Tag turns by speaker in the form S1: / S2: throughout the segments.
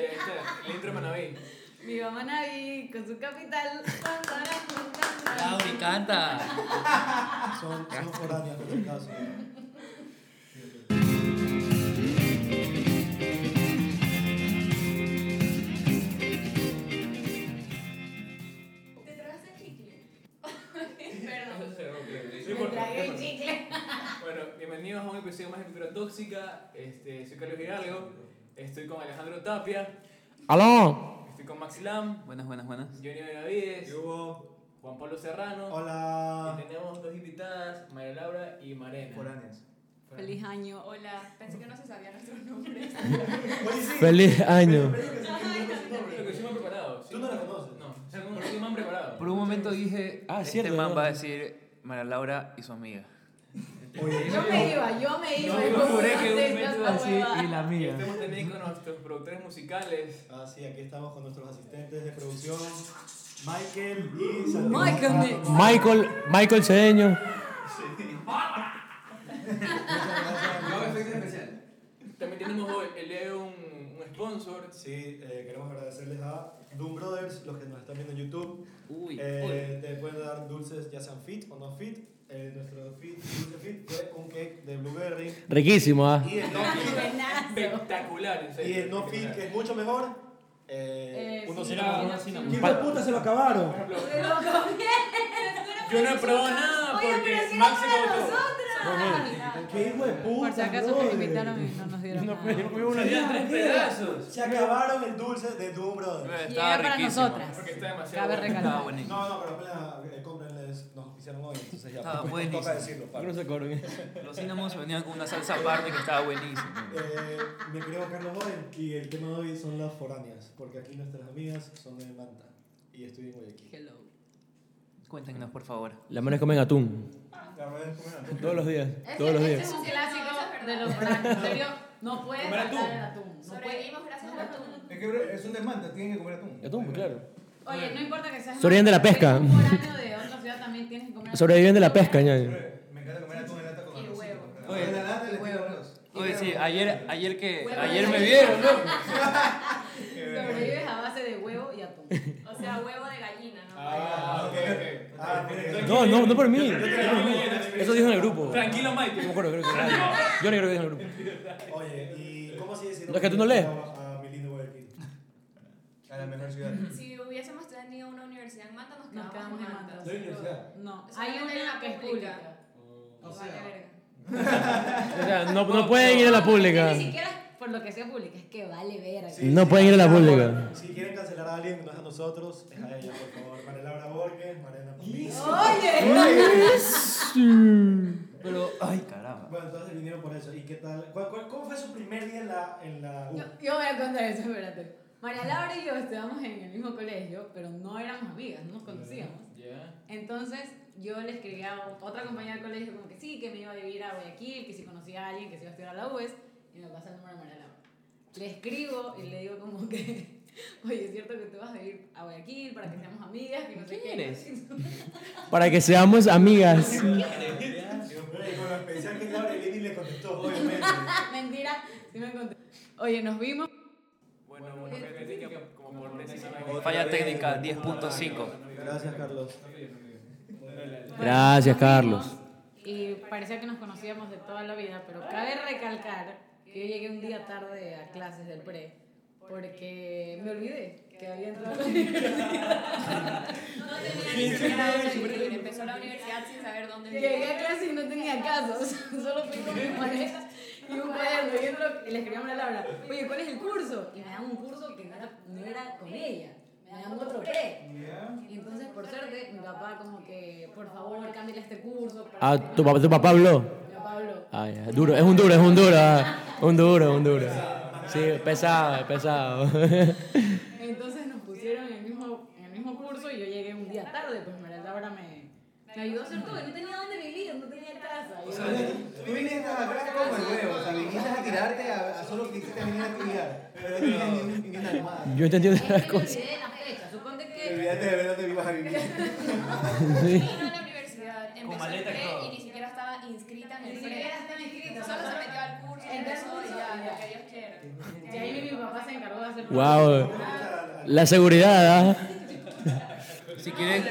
S1: El intro de Manaví.
S2: Viva Manaví con su capital.
S3: Lauri, canta.
S4: Son, son foráneas, este por si acaso.
S5: ¿Te tragaste el chicle? Perdón.
S1: No
S2: Me
S1: importa.
S2: tragué el chicle.
S1: Bueno, bienvenidos a un episodio más de Pintura Tóxica. Este, soy Carlos Giraldo. Estoy con Alejandro Tapia.
S3: ¡Aló!
S1: Estoy con Max Lam.
S3: Buenas, buenas, buenas.
S1: Johnny Benavides.
S4: ¿Qué hubo?
S1: Juan Pablo Serrano. Y
S4: Hola.
S1: tenemos dos invitadas, María Laura y Marena.
S4: Foráneas.
S2: Feliz año.
S5: Hola, pensé que no se sabían nuestros nombres.
S4: Oye, sí.
S6: Feliz año.
S4: Pero- pero- pero-
S5: Ay,
S4: pero-
S5: no, no,
S1: Creo que soy más preparado. sí.
S4: Tú no la conoces.
S1: No, o sea, como que soy más preparado.
S3: Por un momento dije,
S6: Ah,
S3: este
S6: cierto,
S3: man
S6: ¿no?
S3: va a decir María Laura y su amiga.
S4: Oye,
S2: Yo me iba, yo me iba.
S1: No,
S2: y
S1: yo
S2: vos
S1: juré que
S2: hiciste
S1: un
S2: esta
S1: momento
S6: Así
S2: huevada.
S6: y la mía.
S1: Estamos también con nuestros productores musicales.
S4: Ah, sí, aquí estamos con nuestros asistentes de producción, Michael y Santiago. Ah,
S2: Michael Nix.
S6: Michael, Michael Cedeño.
S1: También tenemos hoy el día de un, un sponsor.
S4: Sí, eh, queremos agradecerles a Doom Brothers, los que nos están viendo en YouTube.
S3: Uy,
S4: Eh, te pueden dar dulces ya sean fit o no fit. Eh, nuestro fit, dulce fit fue un cake de blueberry.
S6: Riquísimo, ¿ah?
S4: Y el no fit,
S2: Buenazo.
S1: Espectacular, en
S4: y
S1: serio.
S4: el no fit, que es mucho mejor. Eh,
S2: Eh,
S4: uno
S2: sí,
S4: sin
S2: era
S4: amor.
S2: uno sin amor.
S4: ¿Qué hijo de puta se lo acabaron?
S1: Por ejemplo,
S2: Te lo comí.
S1: Yo no he probado nada
S2: Oye,
S1: porque
S2: pero si era
S1: Maxi
S2: para
S1: contó.
S2: nosotras.
S4: ¿Qué hijo de puta?
S2: Por si acaso
S4: brother?
S2: nos invitaron y no nos dieron
S6: No,
S2: nada.
S6: pero yo me voy a una-
S1: Serían tres pedazos.
S4: Se acabaron el dulce de Doom Brothers.
S2: Y
S3: estaba
S2: era para
S3: riquísimo.
S2: nosotras.
S1: Porque está demasiado.
S2: Cabe
S1: bueno.
S3: Estaba
S2: recalcar.
S3: buenísimo.
S4: No, no, pero apenas eh, cómprenles, nos hicieron hoy, entonces ya
S7: Ah,
S3: Estaba
S4: pues,
S3: buenísimo.
S4: toca decirlo.
S6: Yo
S4: para.
S6: no sé cómo era.
S3: Los cinnamons venían con una salsa aparte que estaba buenísimo.
S4: Eh, me creo Carlos Oren y el tema de hoy son las foráneas, porque aquí nuestras amigas son de Manta y estoy en Guayaquil.
S2: Hello.
S3: Cuéntenos, por favor.
S6: Las manes comen atún.
S4: La verdad es que bueno,
S6: Todos los días.
S5: Ese-
S6: Todos los
S5: ese
S6: días.
S2: este Es un clásico
S5: Eso es verdad.
S2: de los foráneos. En serio, no puede
S1: Comer
S2: faltar
S1: atún.
S2: el atún. No puede.
S5: Sobrevivimos gracias al atún.
S7: Es que bro, es un demanda, tienen que comer atún.
S6: Atún, pues, claro.
S2: Oye, no importa que seas.
S6: Sobreviven de la pesca.
S2: Un foráneo de otra ciudad también tienes que comer.
S6: Sobreviven de la pesca,
S7: Bro,
S6: ñaño.
S7: Me encanta comer atún en lata con
S2: Y
S7: arrocito.
S2: huevo.
S7: pero
S3: Oye.
S7: en la lata le
S2: Y
S7: tiro
S2: huevo.
S7: arroz.
S3: Oye,
S7: Y
S3: sí,
S7: huevo.
S3: ayer, ayer que.
S2: Huevo.
S3: Ayer me vieron, ¿no?
S2: Sobrevives a base de huevo y atún.
S5: O sea, huevo de gallina, ¿no?
S1: Ah, ok, ok.
S4: Ah, porque-
S6: No, no, no por mí.
S1: Yo te
S6: Eso
S1: la doy.
S6: dijo en el grupo.
S1: Tranquilo,
S6: Yo me
S1: Mike.
S6: acuerdo, creo que era. Yo no creo que dijo en el grupo.
S4: Oye, ¿y cómo así decirlo?
S6: No, es que tú no lees.
S4: A, a mi lindo Guayaquil.
S7: A la mejor ciudad.
S5: Si hubiésemos tenido una universidad en Manta, nos
S2: Nos
S5: quedábamos
S2: quedamos en
S5: Manta.
S2: mantas.
S4: ¿No hay universidad?
S2: No,
S5: Es una
S2: hay una
S5: cadena
S2: que es
S5: pública.
S2: pública.
S7: O
S5: Vale,
S7: sea,
S5: verga.
S6: O sea, no, no pueden ir a la pública.
S2: Ni siquiera por lo que sea pública, es que vale verga.
S4: Sí,
S6: No
S4: si
S6: pueden ir a la
S4: quieren-
S6: pública.
S4: Si quieren cancelar a alguien, no es a nosotros, es a ella, por favor. María Laura Borges, Mariana Pamís.
S2: Oye,
S3: Pero, ay, caramba.
S4: Bueno, entonces vinieron por eso. ¿Y qué tal? ¿Cuál, cuál- cómo fue su primer día en la, en la U?
S2: yo, yo voy a contar eso, espérate. María Laura y yo estábamos en el mismo colegio, pero no éramos amigas, no nos conocíamos.
S1: Ya.
S2: Entonces yo le escribí a otra compañera del colegio como que sí, que me iba a vivir a Guayaquil, que si conocía a alguien, que se iba a estudiar a la UES, y me pasa el número de María Laura. Le escribo y le digo como que, oye, es cierto que tú vas a vivir a Guayaquil para que seamos amigas, que no sé qué.
S3: ¿Quién eres?
S6: Para que seamos amigas.
S4: Oye, Con la especial que Laura Lini le contestó, obviamente.
S2: Mentira, sí me encontré. Oye, nos vimos.
S1: Bueno, bueno, que te diga como por
S3: Falla técnica 10.5.
S4: Gracias, Carlos.
S6: Gracias,
S2: Nos
S6: Carlos.
S2: vimos Y parecía que nos conocíamos de toda la vida, pero cabe recalcar que yo llegué un día tarde a clases del pre porque me olvidé que había entrado a la universidad.
S5: No tenía ni siquiera dónde vivir. Empezó la universidad sin saber dónde
S2: Llegué a
S5: vivir.
S2: clases y no tenía casos, solo fui con mi maleta y un cuaderno y, entro- y le escribí a María Laura, oye, ¿cuál es el curso? Y me dan un curso que no era, no era con ella, me dan otro pre.
S7: ya.
S2: Y entonces, por suerte, mi papá como que, por favor, cámbiale este curso. para
S6: Ah,
S2: que-
S6: tu papá, tu papá habló.
S2: Mi papá habló.
S6: Ah, ya. Duro, es un duro, es un duro. ah. Un duro, un duro. Sí, pesado, pesado.
S2: Entonces nos pusieron en el mismo, en el mismo curso y yo llegué un día tarde, pues María Laura me, me ayudó a hacer todo. y No tenía dónde vivir, no tenía casa. Y yo-
S7: Tú viniste a acá como el huevo, o sea, viniste a tirarte a, a solo quisiste venir a estudiar. Pero no viniste ni- ni nada más.
S6: Yo entendí
S2: es que
S6: otra
S2: me
S6: cosa.
S2: olvidé de la fecha. Suponte que...
S7: Olvídate de ver dónde vivas a vivir.
S5: Y no
S3: Con
S5: a la universidad. Empezó el
S3: maleta y
S5: pre
S3: todo.
S5: y ni siquiera estaba inscrita en
S2: Ni
S5: el
S2: siquiera
S5: pre.
S2: están inscritos.
S5: Solo se metió al curso,
S2: Entró al
S5: empezó
S2: curso
S5: y
S2: y ya.
S5: ya, lo que Dios quiera.
S2: Y ahí mi papá se encargó de hacer...
S6: Wow.
S2: Ah,
S6: La seguridad, ¿ah?
S3: Si quieren,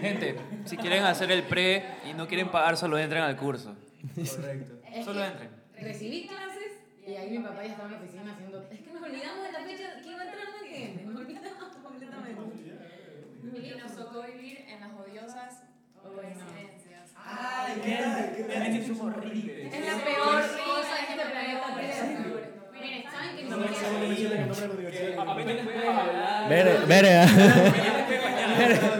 S3: gente, si quieren hacer el pre y no quieren pagar, solo entren al curso.
S7: Correcto.
S2: Es
S3: Solo
S2: que
S3: entren.
S2: Recibí clases y ahí mi papá ya estaba en la oficina haciendo. Es que nos olvidamos de la fecha que iba a entrar no entiendes. Nos olvidamos completamente.
S5: Y nos tocó vivir en las odiosas residencias.
S7: Ay,
S1: horrible.
S5: Es la peor cosa en este planeta.
S2: Miren, saben que
S4: No
S2: ni
S4: me solo
S2: siquiera.
S4: mencionen el nombre de la universidad.
S1: Apenas puedes hablar.
S6: Ver, ver,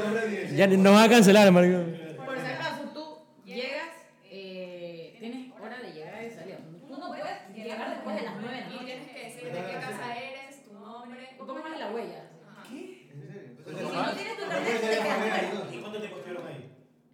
S6: ah. Ya ni- nos va a cancelar, marico.
S2: Por si acaso tú llegas, eh, tienes hora de llegada y salida. Tú no puedes llegar después de las 9 de la
S5: Y
S2: noche.
S5: tienes que decir de qué casa eres, tu nombre.
S2: O poco más de la huella.
S5: Ajá.
S2: Y si no tienes tu carnet, te quedas fuera.
S4: ¿Y cuánto te costaron ahí?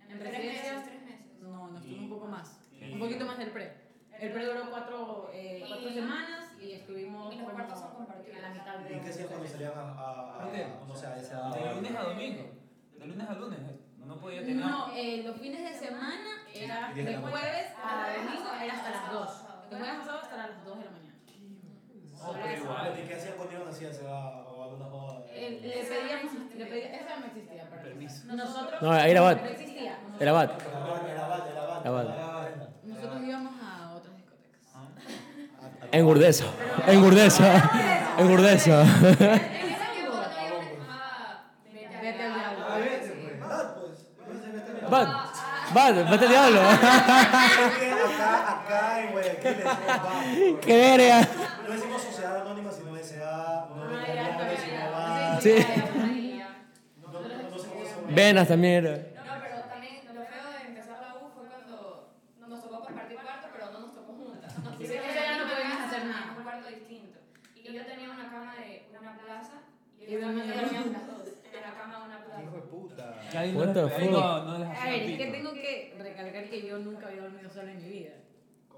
S2: En
S5: Tres meses,
S2: residencias.
S5: tres meses.
S2: No, nos estuvo un poco más. Un poquito más del pre. El pre duró cuatro, eh, cuatro
S5: Y-
S2: semanas y estuvimos
S5: y los
S2: como
S5: cuartos son compartidos.
S2: a la mitad
S4: ¿Y qué hacías cuando salían a, a, a, no sé, a esa
S8: De lunes a domingo. De lunes a lunes. No podía tener.
S2: No, eh, los fines de semana era
S4: Y diez de
S2: de
S4: la noche.
S2: jueves a
S5: Ah,
S2: domingo era hasta las
S5: sábado,
S2: 2.
S5: sábado.
S2: De jueves a sábado hasta las 2 de la mañana.
S4: No, pero igual. ¿Y qué hacías cuando iban así a hacer a, a una joda?
S2: Eh, le pedíamos, le pedíamos, esa no existía para
S1: Permiso.
S2: Nosotros
S6: No, ahí era bat.
S2: No existía.
S6: Era bat.
S4: Era banda, era banda, era banda,
S6: La banda.
S4: era banda.
S2: Nosotros
S8: Eh,
S2: íbamos a otras discotecas.
S6: Engurdeza. Engurdeza. Engurdeza.
S5: En esa que vos no había una que llamaba "Ah, Vete
S2: Vete
S5: al
S2: al
S5: diablo. Ah,
S2: diablo.
S7: A ver, pues. Ah, pues. Yo pensé que estaba en la-
S6: Bat. Bat, vete al diablo.
S4: Porque acá, acá en Guayaquil le decimos banda.
S6: Qué ¿ah? verga.
S4: No decimos sociedad anónima, sino SA, no
S2: Ah,
S4: decimos
S2: era
S4: nombre, sino
S2: todavía.
S4: banda.
S6: Sí.
S4: No, no, no, no sé cómo se llama.
S6: Venas también era.
S5: No, pero también lo feo de empezar la U fue cuando nos tocó compartir cuarto, pero no nos tocó juntas. Nos
S2: Sí,
S5: pusieron
S2: eso ya
S5: en
S2: no
S5: una
S2: podíamos
S5: casa,
S2: hacer nada.
S5: Un cuarto distinto. Y yo tenía una cama de una plaza y
S2: Y
S5: ellos también
S2: dormían
S5: dormían las dos en la cama de una plaza.
S7: Hijo de puta.
S6: What the fuck?
S8: No, no les
S2: A
S8: hacían
S2: ver, es que
S8: pico.
S2: tengo que recalcar que yo nunca había dormido sola en mi vida.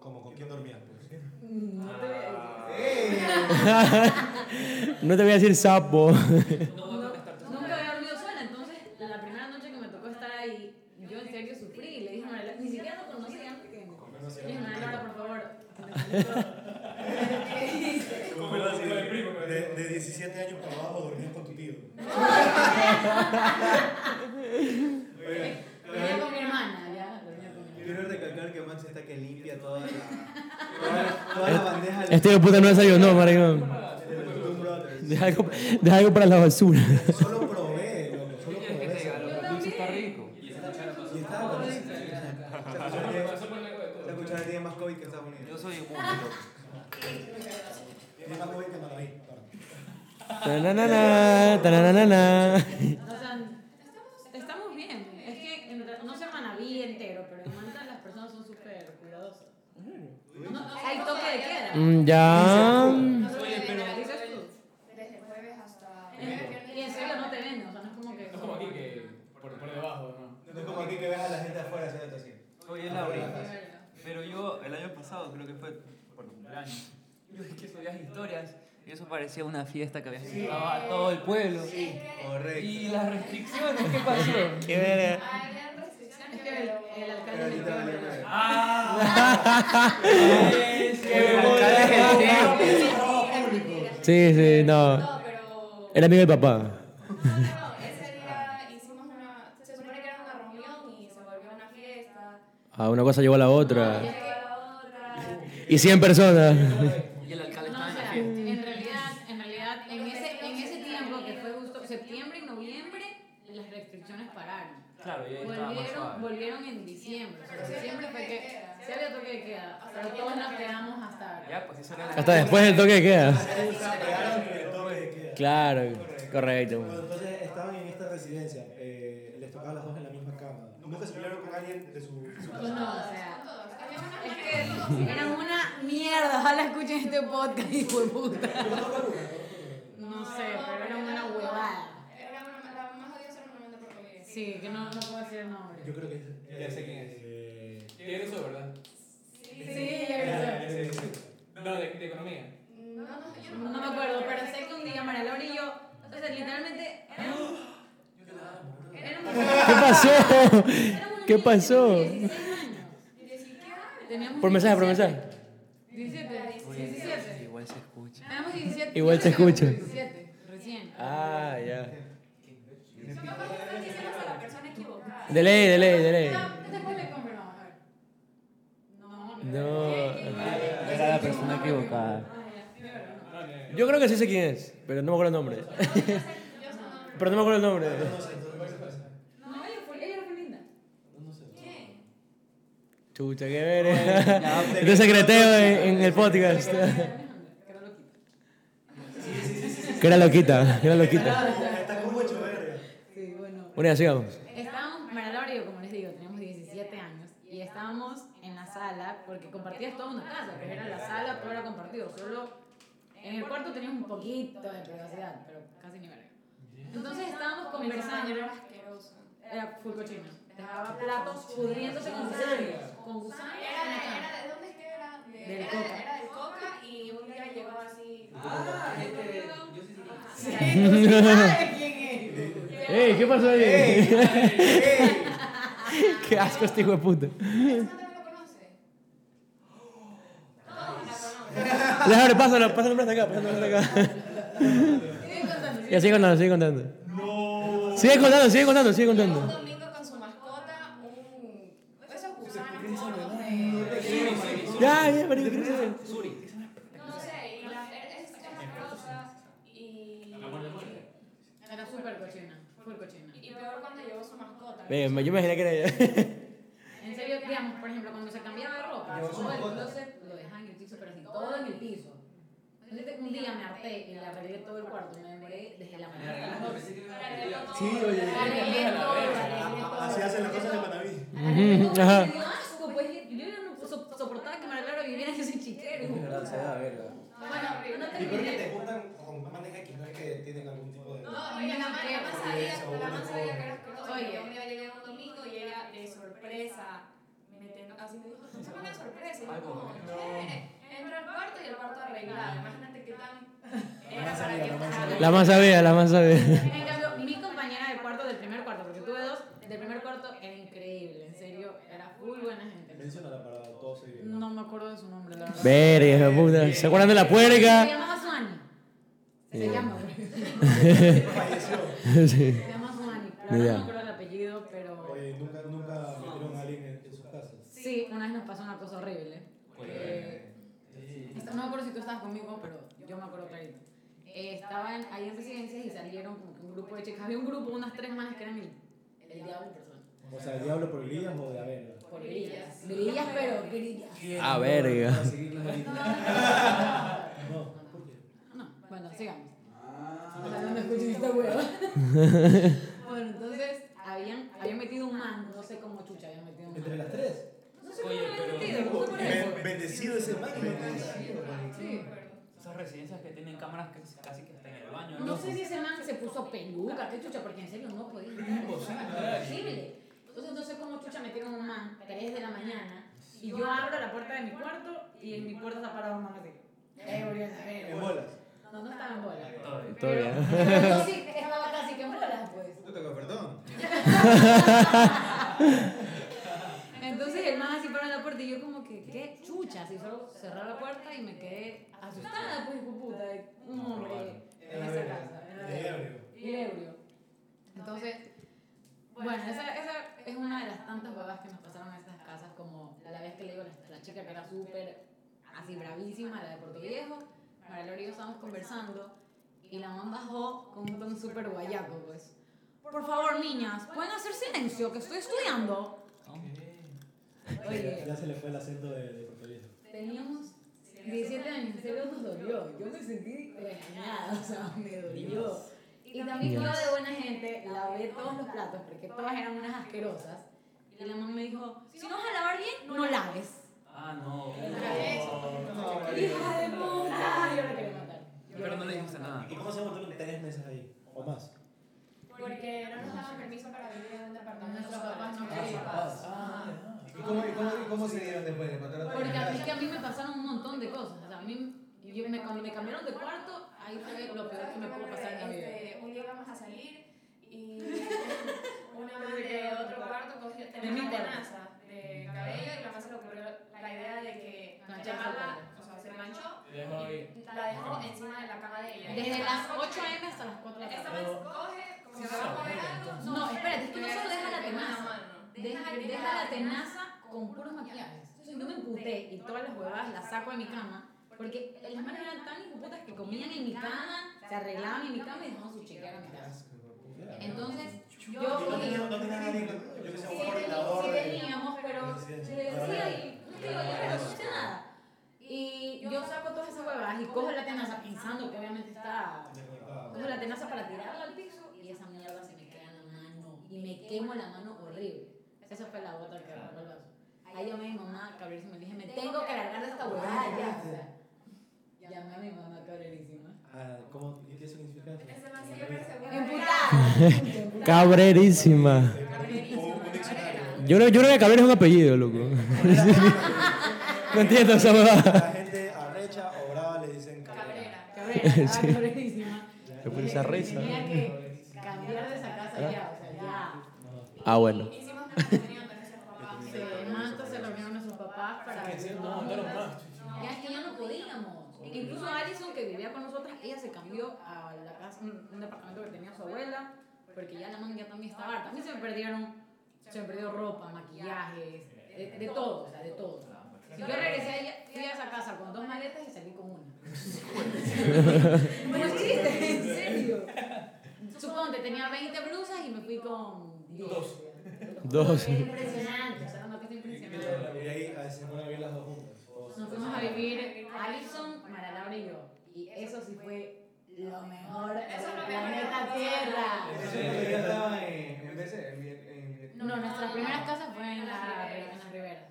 S4: ¿Cómo? ¿Con quién dormías? Pues?
S2: No te voy a decir.
S8: Ah,
S6: No te voy a decir sapo.
S2: No, nunca había dormido sola, entonces la primera noche que me tocó estar ahí, yo en serio sufrí y le dije a Mariela, ni siquiera lo conocía antes que me- Le dije, Mariela, Laura, por favor.
S4: ¿Cómo era así? De, de 17 años para abajo dormías con tu tío.
S7: Oye,
S2: Dormía con mi hermana, ya, dormía con mi hermana.
S7: Quiero recalcar que Max está que limpia toda la, toda la, toda la bandeja.
S6: Este hijo de puta no desayunó, maricón.
S7: de los Doom Brothers.
S6: Deja algo, deja algo para la basura.
S4: Solo probé, loco, solo
S8: Oye, que
S4: probé.
S8: te-
S4: esa-
S8: lo que dulce está rico.
S4: Y estaba con esa-
S7: Esta cuchara tiene- esta cuchara tiene más COVID que Estados
S3: Yo
S7: Unidos.
S3: soy inmune, loco.
S4: Tiene más COVID que Manaví.
S6: Tananana, tananana.
S2: O sea, estamos bien. Es que en verdad, no se manaví entero, pero en Manta las personas son súper cuidadosas. No, hay toque de queda.
S6: Mm, Ya.
S1: Oye, pero-
S2: Dices tú.
S5: Desde jueves hasta.
S2: Y en serio no te ven, o sea, no es como que.
S1: No es como aquí que por, por debajo, ¿no?
S7: No es como aquí que ves a la gente afuera haciendo esto así.
S3: Oye, Laura, pero yo el año pasado creo que fue por cumpleaños. Yo es que subías historias y eso parecía una fiesta que habías invitado a todo el pueblo.
S7: Correcto.
S3: Y las restricciones, ¿qué pasó?
S6: Qué verga.
S5: Habían restricciones,
S2: Es que el, el
S5: pero.
S2: alcalde
S7: Pero
S2: me
S7: ahorita
S2: dijo,
S7: valió verga.
S8: ¡Ah! Es que
S3: El alcalde es el
S8: bola.
S3: tío.
S6: Sí, sí, no.
S5: No, pero.
S6: Era amigo de papá.
S5: No, no, ese día hicimos una. Se supone que era una reunión y se volvió una fiesta.
S6: Ah, una cosa llevó a la
S5: Y
S6: otra.
S5: llegó la otra.
S6: Y 100 personas.
S3: Y el alcalde
S2: No, o
S3: estaba en la
S2: sea,
S3: fiesta.
S2: en realidad, en realidad, en ese, en ese tiempo que fue justo septiembre y noviembre, las restricciones pararon.
S3: Claro, y ahí estaba más
S2: Volvieron,
S3: suave.
S2: volvieron en diciembre. O sea, diciembre fue que se había toque de queda, pero todos nos quedamos hasta ahora.
S3: Ya, pues eso era la
S6: Hasta después del toque de queda.
S4: Excusa, pegaron y el toque de queda.
S6: Claro, correcto.
S4: Bueno, entonces estaban en esta residencia, eh, les tocaba a las dos en la misma cama. Nunca se pelearon con alguien de su,
S2: Pues
S4: su casa.
S2: no, o sea.
S5: Todos. Había
S2: Es
S5: una
S2: que eran una mierda. Ojalá escuchen este podcast, hijo de puta. No sé, pero eran una huevada.
S5: Era una- la más odiosa era una momento por COVID.
S2: Sí, que no, no puedo decir el nombre.
S4: Yo creo que
S1: Ya sé quién es.
S4: Eh,
S1: Y de eso, ¿verdad?
S5: Sí,
S2: Sí,
S5: yo-
S2: ya
S4: eh,
S1: No, de, de economía.
S5: No, no, yo
S2: No me acuerdo, pero sé que un día María Laura y yo, o sea, literalmente éramos. éramos-
S6: ¿Qué pasó?
S2: éramos
S6: ¿Qué
S2: niños,
S6: pasó?
S2: teníamos 16 años. Teníamos
S6: Por mensaje, por
S2: 17.
S6: mensaje.
S2: 17,
S3: Oye,
S2: 17.
S3: Igual se escucha.
S2: Teníamos 17.
S6: Igual
S2: Yo
S6: se
S2: tenía
S6: escucha.
S2: 17, recién.
S6: Ah, De ley, de ley, de ley.
S2: No, después le compro, no, a ver. No,
S6: No,
S3: Era la persona equivocada.
S2: Ah, ya, sí, pero no.
S6: Yo creo que sí sé quién es, pero no me acuerdo el nombre. pero no me acuerdo el nombre.
S2: No, ella fue, ella fue linda.
S6: Chucha, qué ver.
S4: eh,
S6: Este secreteo en, en el podcast.
S2: Quedó loquita.
S6: Que era loquita, que era loquita.
S4: Está como hecho verga.
S2: Sí, bueno.
S6: Bueno, ya sigamos.
S2: Estábamos, Maradona y yo, como les digo, teníamos 17 años y estábamos en la sala porque compartías toda una casa, pero era la sala, todo era compartido, solo en el cuarto tenías un poquito de privacidad, pero casi ni verga. Entonces estábamos conversando, era full cochino, dejaba platos pudriéndose con gusanos, con gusanos en la cama.
S5: Ah. Era de dónde es que era? De-
S2: Del
S5: era-
S2: Coca.
S5: Era del Coca y un día llegó así.
S2: Sí, no sabes quién es.
S6: ¡Ey! ¿Qué pasó ahí? ¡Qué asco este hijo de puta!
S5: ¿Sandra no lo conoce? Todos la conocen.
S6: Déjame, pásalo, pásalo más acá, pásalo más acá.
S2: Sigue contando, sigue
S6: Ya sigue contando, sigue contando. No. Sigue contando, sigue contando, sigue
S5: Llegó un
S6: contando.
S5: domingo con su mascota, un. Esos gusanos gordos de.
S6: Ya, ya, marico, ¿qué dices?
S5: No sé, y la. Es escandalosa y.
S2: contando. Era súper cochina, full cochina.
S5: Y peor cuando llegó su mascota.
S6: Venga, me- yo me imaginé que era ella.
S2: En serio, digamos, por ejemplo, cuando se cambiaba de ropa, todo el closet lo dejaban en el piso, pero así, todo en el piso. Entonces, un día me harté y le arreglé todo el cuarto, me demoré desde la mañana. a las doce.
S4: Sí, oye.
S2: Arreglé todo, arreglé todo.
S4: Así hacen las cosas en Manaví.
S2: Arreglé todo,
S6: Ujú, ajá.
S2: me dio asco, pues, yo ya no so- soportaba que me arreglara que viviera ese chiquero.
S7: verga.
S2: Bueno, no
S4: Y peor que
S2: terminé.
S4: te juntan con maneja que no es que tienen algún tipo de.
S5: No, oye, la man, la man sabía, la man sabía que era escroto.
S2: Oye.
S5: Oye, un día llegué un domingo y ella de sorpresa, metiendo, así me dijo, es una sorpresa. Y yo como,
S4: ¿eh?
S5: ¿qué? Entro al cuarto y el cuarto arreglado. Imagínate qué tan era para que
S6: La más sabía, la más sabía.
S2: En cambio, mi compañera del cuarto, del primer cuarto, porque tuve dos, del primer cuarto era increíble, en serio, era muy buena gente.
S4: Menciónala para todos seguir.
S2: No me acuerdo de su nombre, la verdad.
S6: Verga, hijo de puta. ¿Se acuerdan de la
S2: Se
S6: puerca?
S2: llamaba Suani. Se llama.
S4: Falleció.
S6: Sí.
S2: Se llama Suani. La verdad
S6: Ya.
S2: no me acuerdo el apellido, pero.
S4: Oye, nunca, nunca metieron a alguien en, en sus casas.
S2: Sí, una vez nos pasó una cosa horrible. Eh, esta- no me acuerdo si tú estabas conmigo, pero yo me acuerdo clarito. Eh, estaban ahí en residencias y salieron como que un grupo de chicas. Había un grupo, unas tres manas que eran el, el diablo en persona.
S4: O sea, el diablo por Lilian o de Avena.
S2: Por grillas. Grillas, pero grillas.
S6: Ah, verga.
S4: No.
S2: No, bueno, sigamos. O sea, Ah, no me escuchen esta hueva. bueno, entonces habían, habían metido un man, no sé cómo chucha habían metido un
S4: Entre
S2: man.
S4: las tres.
S2: No sé cómo lo habían metido, no sé por qué.
S4: Ben- Bendecido ese man.
S2: Sí.
S8: Esas residencias que tienen cámaras casi, casi que hasta en el baño.
S2: No sé si ese man se puso peluca, qué chucha, porque en serio no podía. entrar. Imposible. Entonces no sé cómo chucha metieron un man, 3 de la mañana, y yo abro la puerta de mi cuarto y en mi puerta está parado un man así. Eh, volví a saber.
S4: En bolas.
S2: No, no estaba en bola.
S6: Todo bien.
S2: Pero yo sí estaba casi que en bola, pues.
S7: No te perdón.
S2: Entonces el man así paró en la puerta y yo como que, qué chucha, así solo cerré la puerta y me quedé asustada, pues, hijo de puta, de un hombre en esa casa.
S4: De ebrio.
S2: Y ebrio. Entonces, bueno, esa, esa es una de las tantas huevas que nos pasaron en esas casas, como la, la vez que le digo a la, la chica que era súper, así bravísima, la de Puerto Viejo, Marilor y yo estábamos conversando y la mamá bajó con un ton súper guayaco, pues. Por favor, niñas, ¿pueden hacer silencio? Que estoy estudiando. Oye,
S4: Ya se le fue el acento de, de Puerto Rico.
S2: teníamos 17 años, en serio nos dolió. Yo me sentí regañada, o sea, me dolió. Y también toda de buena gente, lavé todos los platos, porque todas eran unas asquerosas. Y la mamá me dijo, si no vas a lavar bien, no laves.
S8: Ah, no.
S2: ¡Hija de puta! Yo la quería matar. Yo
S8: Pero
S2: la
S8: no le
S2: quería
S8: dijiste
S2: matar.
S8: nada.
S4: ¿Y cómo se mantuvieron tres meses ahí? ¿O más?
S5: Porque no nos daban permiso para vivir en un apartamento.
S2: Nuestros papás
S4: Ah,
S2: no
S5: Nuestros
S2: querían.
S5: papás.
S7: ¿Y cómo, y cómo, y cómo se dieron después? ¿Le mataron a todos en
S2: Porque
S7: la
S2: a mí,
S7: casa?
S2: que a mí me pasaron un montón de cosas. O sea, a mí, yo me, cuando me cambiaron de cuarto, ahí fue lo peor que me pudo pasar en la vida.
S5: Este, un día vamos a salir y una madre de otro cuarto cogió tenía
S2: mi
S5: una
S2: cuarto.
S5: tenaza de cabello y la mamá se le ocurrió la idea de que
S2: Manchar
S5: llamarla,
S2: su
S5: o sea, se manchó,
S1: Dejó ahí.
S5: la dejó encima de la cama de ella.
S2: Desde las 8 a.m. hasta las 4 de la
S5: Esta
S2: tarde.
S5: man coge, como que va a comer algo.
S2: No, espérate, es que no solo deja la tenaza. tenaza con puros maquillajes. Yo me emputé y todas las huevadas las saco de mi cama. Porque las manos eran tan hijuputas que comían en mi cama, se arreglaban en mi cama y dejaban su chequera en mi casa. Entonces, yo
S4: No
S2: sí,
S4: tenía, no tenía nadie, yo que sea
S2: sí,
S4: un coordinador. de-
S2: teníamos, pero le decía y no te digo, yo pero no sé nada. Y yo saco todas esas huevadas y cojo la tenaza pensando que obviamente está Cojo la tenaza para tirarla al piso y esa mierda se me queda en la mano. Y me quemo la mano horrible. Esa fue la gota que derramó el vaso. Ahí llamé a mi mamá cabrísima y le dije, me tengo que largar de esta huevada ya. o sea. llamé a mi mamá cabrerísima.
S4: Ah, ¿Cómo? ¿Y qué significa eso?
S5: Ese man siempre se vuelve-
S2: Emputada.
S6: Cabrerísima.
S4: O un diccionario.
S6: Yo creo, yo creo que Cabrera es un apellido, loco. No entiendo esa huevada.
S4: La gente arrecha o brava le dicen cabrera.
S5: Cabrera.
S2: Cabrera, estaba cabrerísima.
S6: Se pone esa risa.
S2: Tenía que cambiar de esa casa ya, o sea, ya.
S6: Ah, bueno.
S5: Hicimos una reunión con nuestros papás.
S2: Se manta, se reunieron a sus papás para
S1: Sí, No, montaron más.
S2: Ya es que ya no podíamos. Incluso Alison, que vivía con nosotras, ella se cambió a la casa, un, un departamento que tenía su abuela, porque ya la man ya también estaba harta. A mí se me perdieron, se me perdió ropa, maquillajes, de, de todo, o sea, de todo. Y yo regresé a ella, fui a esa casa con dos maletas y salí con una. No es chiste, en serio. Suponte, tenía 20 blusas y me fui con 10.
S1: Dos.
S6: Dos.
S2: Era impresionante, o sea, era una cosa impresionante.
S4: Y ahí a veces se ponen a ver las dos juntas. o-
S2: Nos fuimos a vivir Alison, Mara Laura y yo. Y eso sí fue lo mejor
S5: Eso es lo
S2: del
S5: mejor.
S2: planeta Tierra.
S7: Eso es lo que yo estaba en en BC, en- en- en-
S2: No, nuestras primeras casas fueron en, la- en las riberas.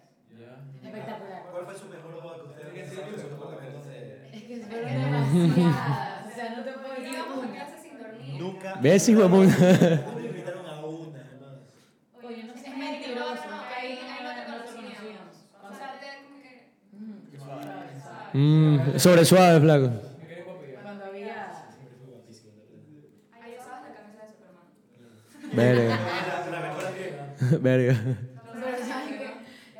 S2: Espectacular.
S4: ¿Cuál fue su mejor boda que ustedes han sido? Su mejor boda de-
S2: Es que fueron demasiadas. O sea, no te puedo decir
S5: Llegábamos a
S2: una.
S5: clase sin dormir.
S4: Nunca.
S6: ¿Ves, hijo de puta?
S4: Nunca invitaron a una, hermanas.
S2: Oye, no seas
S5: Es mentiroso,
S2: mentiroso.
S5: que
S2: Ahí
S5: ahí
S2: no
S5: no te
S2: no te
S5: conocíamos.
S2: conocíamos.
S5: O sea, te- como que-
S2: Mm.
S6: Mm, sobre suave, flaco.
S1: Me quedé guapo ya.
S2: Cuando había.
S4: Siempre fue guapísimo, la verdad.
S5: Ahí usabas la camisa de Superman.
S6: Verga.
S4: La- la mejor amiga.
S6: Verga.
S2: Pero sabes que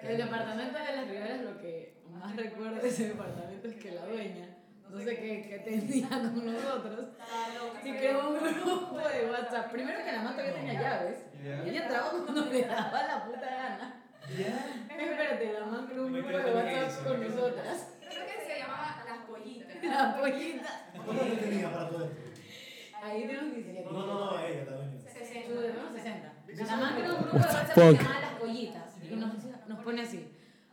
S2: el departamento de las Riberas, lo que más recuerdo de ese departamento es que la dueña, no sé qué, qué tenía con nosotros,
S5: Estaba loca.
S2: y creó un grupo de WhatsApp. Primero que la manta que tenía llaves, y ella entraba cuando le daba la puta gana. Espérate, la man creó un grupo de WhatsApp con nosotras,
S5: Creo que se llamaba Las Pollitas.
S2: la pollita.
S4: ¿Cuántos años tenía para todo esto?
S2: Ahí de los 17.
S4: No, no, no, ella también.
S2: Yo
S5: Sesenta.
S2: de menos 60. La man creó un grupo de WhatsApp que se llamaba Las Pollitas. Y nos, decía- nos pone así.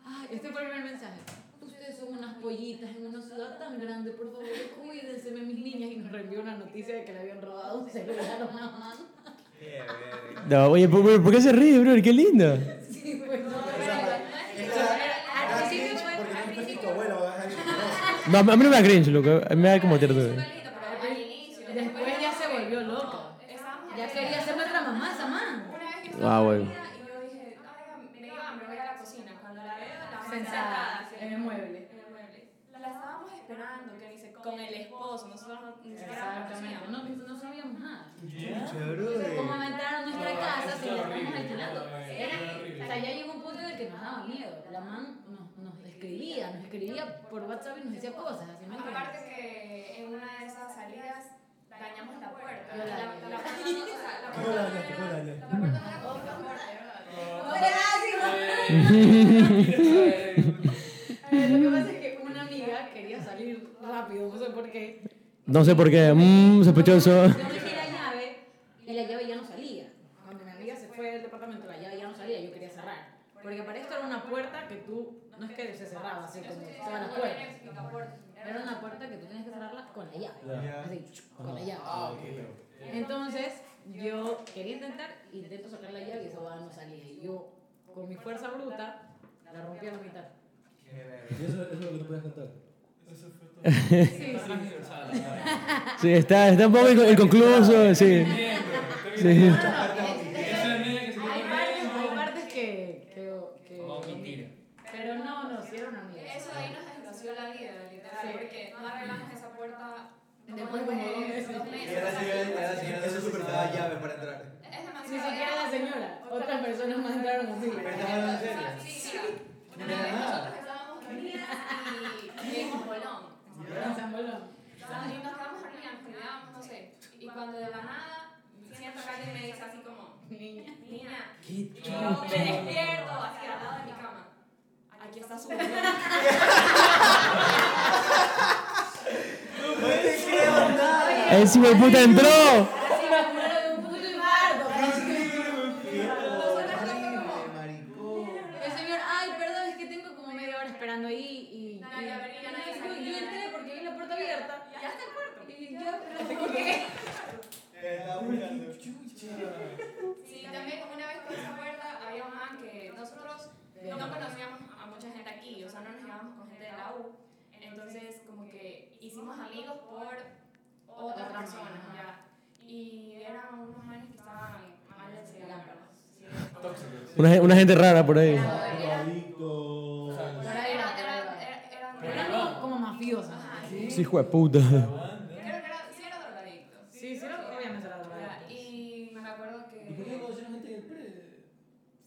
S2: Ay, este fue el primer mensaje. Ustedes son unas pollitas en una ciudad tan grande, por favor, cuídense de mis niñas. Y nos reenvió una noticia de que le habían robado un celular a una mamá.
S6: No, oye, ¿por, por- por qué se ríe, bro? Qué linda.
S2: Sí, pues no.
S4: Era
S2: Al principio
S4: cringe
S2: fue-
S4: porque
S2: al
S4: no fuiste tu
S2: principio-
S4: abuelo, ¿verdad? Alguien que conoce.
S6: No, a mí no me da cringe, loco. A mí me da como
S5: Súper
S6: tierra.
S5: lindo, pero al inicio.
S2: Después ya se volvió loca.
S5: Estábamos
S2: Ya quería ser nuestra mamá, esa man.
S5: Una vez que
S6: Ah,
S5: estaba
S6: bueno.
S5: dormida y yo dije, "Ay, me dio hambre, voy a la cocina. Cuando la veo, la mamá
S2: Sentada
S5: sentada,
S2: en el mueble.
S5: en el mueble. La estábamos esperando, que dice, con el esposo, nosotros no- ni siquiera
S2: Exactamente.
S5: conocíamos.
S2: No, no sabíamos nada. Entonces, ¿cómo
S7: Chévere.
S2: va a entrar a nuestra casa si la estamos alquilando?
S1: Era
S2: O sea, ya llegó un punto en el que nos daba miedo. La man nos, nos escribía, nos escribía por WhatsApp y nos decía cosas. Así me
S5: Aparte que en una de esas salidas dañamos la puerta.
S2: Yo
S5: La,
S2: la
S5: la,
S2: dañé.
S5: puerta no- o sea, la
S4: ¿Cómo
S5: puerta
S4: la
S5: no
S4: dañaste? ¿Cómo
S5: era-
S4: la dañaste?
S5: la puerta no era como tan fuerte.
S2: Lo que pasa es que una amiga quería salir rápido, no sé por qué.
S6: No sé por qué. Mmm, sospechoso.
S2: Yo dejé la llave y la llave ya no salía. Cuando mi amiga se fue del departamento, la llave ya no salía, yo quería cerrar. Porque para esto era una puerta que tú, no es que se cerraba así como todas las puertas. Era una puerta que tú tienes que cerrarla con la llave.
S4: Ya.
S2: Así, con la llave.
S4: Ah, ok.
S2: Entonces, yo quería intentar, intento sacar la llave y esa boda no salía. Y yo, con mi fuerza bruta, la rompí a la mitad.
S4: Y eso, eso es lo que no podías contar.
S2: Sí, sí.
S6: Sí, está, está un poco inco- inconcluso. Sí. Sí.
S2: Hay partes, hay partes que, que, que- Pero no, no, sí era una amiga.
S5: Eso de ahí nos desgració la vida, literal,
S2: Sí.
S5: porque no arreglamos esa puerta
S2: Después como dos meses.
S5: dos
S7: Y
S5: meses.
S7: ahora sí, ahora sí, ahora
S4: Eso
S7: sí
S4: es súper
S7: necesitaba
S4: fácil.
S7: llave para entrar.
S5: Es demasiado.
S2: Ni siquiera la señora, otras personas más entraron así.
S7: Pero estás hablando en serio.
S5: Sí, Una vez nosotros estábamos reunidas y llegamos bolón.
S2: En San Bolón.
S5: Estábamos- Y nos quedamos reunidas, nos cuidábamos, no sé. Y cuando de la nada siento que alguien me dice así como,
S2: Niña.
S5: niña,
S4: ¿Qué?
S5: y yo me despierto así basura.
S7: No te creo nada.
S6: ¡El puta entró!
S2: Así me apuraron un puto infarto.
S7: Horrible, maricón.
S2: El señor, ay, perdón, es que tengo como media hora esperando ahí y. y-
S5: Nadie
S2: y-
S5: abría,
S2: yo-
S5: nadie salía.
S2: Yo entré porque vi la puerta abierta.
S5: Ya está el cuarto.
S2: Y yo, pero ¿por qué?
S5: Sí, también una vez con esa cuerda había un man que nosotros
S2: Eh,
S5: no conocíamos a mucha gente aquí, o sea, no nos llevábamos con gente de la U. Entonces, como que hicimos amigos por otras
S2: Otra
S5: personas,
S2: persona,
S5: ya. Y eran unos manes que estaban mal de cerebro. sí.
S1: Tóxicos.
S6: Una, ge- una gente rara por ahí.
S4: Drogadictos.
S5: Era- era- era- eran-
S1: Pero
S5: eran-
S1: no.
S2: Eran como mafiosos.
S5: Ajá,
S6: Sí, hijo de puta.
S5: Creo que era, sí era drogadictos.
S2: Sí, sí, era- obviamente era drogadictos.
S5: Ya, Y me acuerdo que...
S4: conocieron gente del pre?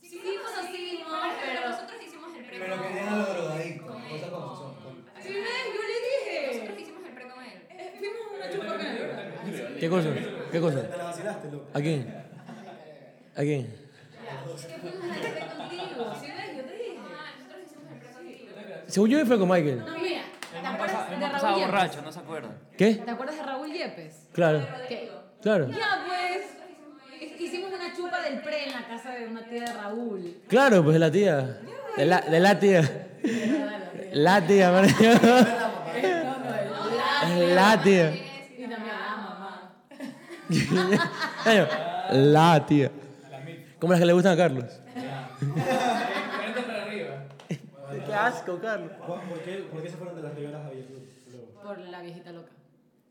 S5: Sí, conocimos, pero nosotros hicimos el pre
S7: Pero que
S5: con-
S7: dejan los drogadictos,
S5: con él,
S7: cosas como son.
S5: con-
S2: Sí, ves, yo le
S5: Nosotros
S2: dije.
S5: hicimos el pre con él.
S2: Eh, Fuimos una chupa con él.
S6: ¿Qué cosa? ¿Qué cosa?
S4: Te la vacilaste, loco.
S6: ¿A quién? ¿A quién?
S2: Es que fuimos al pre contigo. Sí, ves, yo te dije.
S5: Ah, nosotros hicimos el pre contigo.
S6: Según yo fue con Michael.
S2: No, mira,
S8: El
S2: ¿te
S8: man pasa-
S2: acuerdas
S8: el
S2: de
S8: man
S2: Raúl
S8: pasaba
S2: Yepes?
S8: borracho, no se acuerda.
S6: ¿Qué?
S2: ¿Te acuerdas de Raúl Yepes?
S6: Claro,
S2: ¿Qué?
S6: claro.
S2: Ya, pues. Hi- Hicimos una chupa del pre en la casa de una tía de Raúl.
S6: Claro, pues de la tía. De la, de la tía. La tía, marico. La tía.
S2: Y también la mamá.
S6: Coño, La tía. Como las que le gustan a Carlos.
S1: para arriba.
S6: Qué asco, Carlos.
S4: Juan, ¿Por qué, ¿Por qué se fueron de las riberas a Villarreal? Luego.
S2: Por la viejita loca.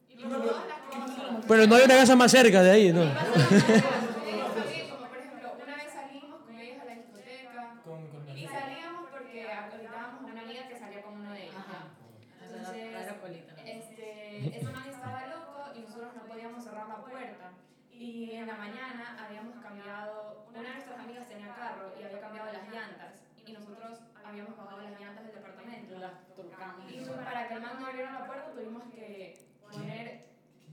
S5: Y por todas las cosas.
S6: Pero no hay una casa más cerca de ahí,
S5: Y
S6: ¿no?
S5: pasaban cosas con ellos también, como por ejemplo, una vez salimos con ellos a la discoteca
S1: Con, con
S5: y salíamos porque acolitábamos a una amiga que salía con uno de ellos.
S2: Ajá.
S5: Entonces,
S2: La aeropolita.
S5: Este, ese man estaba loco y nosotros no podíamos cerrar la puerta. Y en la mañana habíamos cambiado, una de nuestras amigas tenía carro y había cambiado las llantas. Y nosotros habíamos bajado las llantas del departamento.
S2: Las turcamos.
S5: Y para que el man no abriera la puerta tuvimos que poner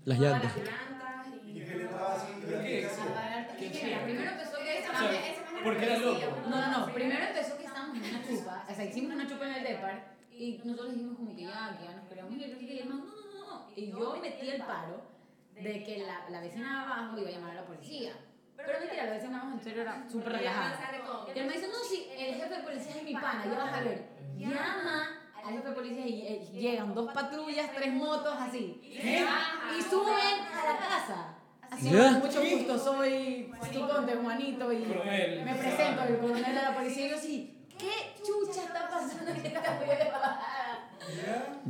S6: Las
S5: todas
S6: llantas.
S5: las llantas y...
S7: Y que le estaba así,
S1: ¿Pero qué es?
S2: A ver,
S1: Qué
S2: mira,
S1: chévere.
S2: Primero empezó que
S5: Ese
S2: esa
S5: man-
S2: madre-
S5: ese man era
S1: porque era
S5: policía,
S1: loco.
S5: uno de
S2: No, no,
S5: los
S2: no. Primero empezó que estábamos en una chupa. O sea, hicimos una chupa en el depar. Y nosotros dijimos como que ya, que ya nos queríamos ir. Y el man, no, no, no, no. Y yo metí el paro de que la, la vecina de abajo iba a llamar a la policía. Pero mentira, la vecina de abajo en serio era súper relajada.
S5: Sale con-
S2: Y él me dice, no, sí, el jefe de policía es mi pana, ya vas a ver. Llama al jefe de policía y eh, llegan dos patrullas, tres motos, así.
S5: ¿Eh?
S2: Y suben a la casa. Así,
S6: ¿Ya?
S2: "Hola, mucho gusto, soy Conte Juanito y
S1: Coronel.
S2: me presento el coronel de la policía. Y yo así, ¿qué chucha está pasando en esta hueva?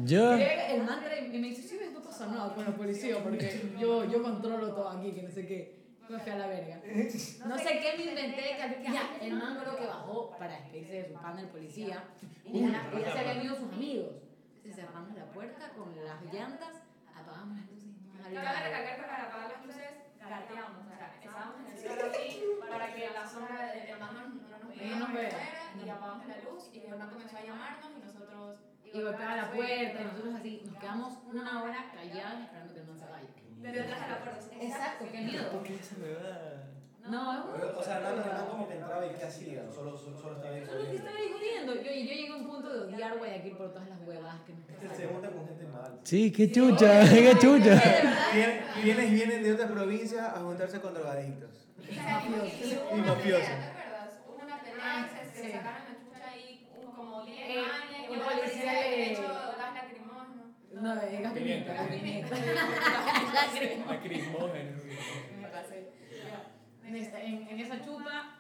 S6: Yo.
S2: Llega El mantra y me dice, sí, esto pasa nada con la policía porque yo, yo controlo todo aquí, que no sé qué. Me fui a la verga. No sé qué me inventé, que al fin- ya, el man creo que bajó para despedirse de su pan del policía. Y ya, y ya se habían ido sus amigos. Entonces cerramos la puerta con las llantas, apagamos las luces y nos
S5: Cabe
S2: abrieron.
S5: recalcar que para apagar las luces, gateamos, o sea, estábamos en el cielo así para que la sombra del hermano no nos vea.
S2: No nos vea.
S5: Y apagamos la luz y el hermano comenzó a llamarnos y nosotros...
S2: Y golpeaba la puerta y nosotros así nos quedamos una hora callados esperando que el man se vaya.
S5: De detrás de la puerta. así,
S2: Exacto, qué miedo.
S4: qué esa huevada?
S2: No, es un
S7: Pero, O sea, no, no, no como que entraba y qué hacía. Solo, solo, solo estaba ahí.
S2: Solo que estaba discutiendo. Yo, y yo llegué a un punto de odiar Guayaquil por todas las huevadas que nos
S7: Este
S2: pasaron.
S7: se junta con gente mal.
S6: Sí, qué chucha, qué chucha.
S7: Vienen, vienes- vienen de otras provincias a juntarse con drogadictos.
S5: Y salimos y hubo
S7: Y
S5: una
S7: mafioso.
S5: pelea, ¿te acuerdas? Hubo una pelea, se,
S2: Ah,
S5: se
S2: Sí.
S5: sacaron la chucha ahí un- como 10
S2: Eh,
S5: años.
S2: un
S5: y la
S2: policía
S5: policía
S2: le-
S5: le echó gas lacrimógeno.
S2: No, me digas
S1: Pimienta,
S2: pimienta.
S5: pimienta.
S2: Lágrimas.
S1: Lacrimógeno.
S2: Me pasé. En, esta- en- en esa chupa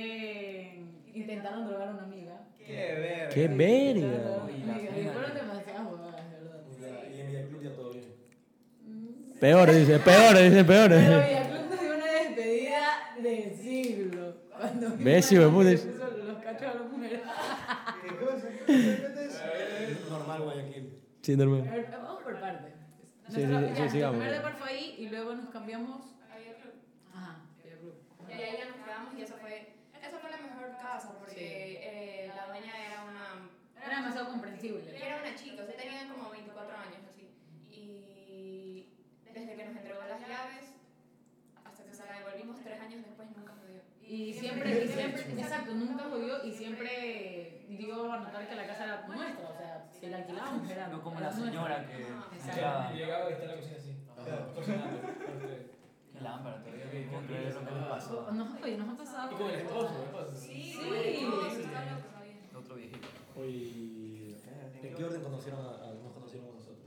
S2: también intentaron drogar a una amiga.
S7: Qué verga.
S6: Qué
S2: Intentaron drogar a
S8: Uy,
S2: una
S6: verga.
S8: la
S2: amiga. Y
S8: mierda.
S2: fueron demasiadas huevadas, de verdad.
S7: Pues
S4: Y en Villacruz ya todo bien.
S2: Mm.
S6: Peor, dice, peor, dice,
S2: Pero
S6: peor.
S2: Villacruz nos dio una despedida del siglo. Cuando
S6: ¿Ves,
S2: vino
S6: hijo
S2: la
S6: de puta?
S2: gente que puso los cachos a la mujer.
S7: ¿Qué cosa? ¿Qué cosa?
S4: Eh, Normal, Guayaquil.
S6: Sí, normal.
S2: Pero Vamos por parte.
S6: Sí, sí, sí,
S2: ya,
S6: sigamos.
S2: Primero de par fue ahí y luego nos cambiamos.
S5: Había otro
S2: Ajá, Villacruz.
S5: Y ahí ya nos quedamos y eso fue, esa fue la mejor casa porque eh, la dueña era una,
S2: Era demasiado comprensible.
S5: era una chica, o sea, tenía como 24 años así. Y desde que nos entregó las llaves hasta que se la devolvimos tres años después nunca jodió.
S2: Y siempre, y siempre, exacto, nunca jodió y siempre dio a notar que la casa
S3: como la señora que
S2: Exacto.
S3: llegaba.
S8: Llegaba y está la cocina así.
S4: Ajá.
S8: Cocinando.
S3: Qué lámpara, todavía no puedo creer lo que les pasó.
S2: O- Nos, oye, nos ha
S1: Y
S2: pasado.
S1: con el esposo, ¿qué pasa?
S5: Sí,
S2: Sí.
S5: no, está loco, está bien.
S3: El otro viejito.
S4: Oye, ¿y ¿en qué orden conocieron a, a- nos conocieron a nosotros?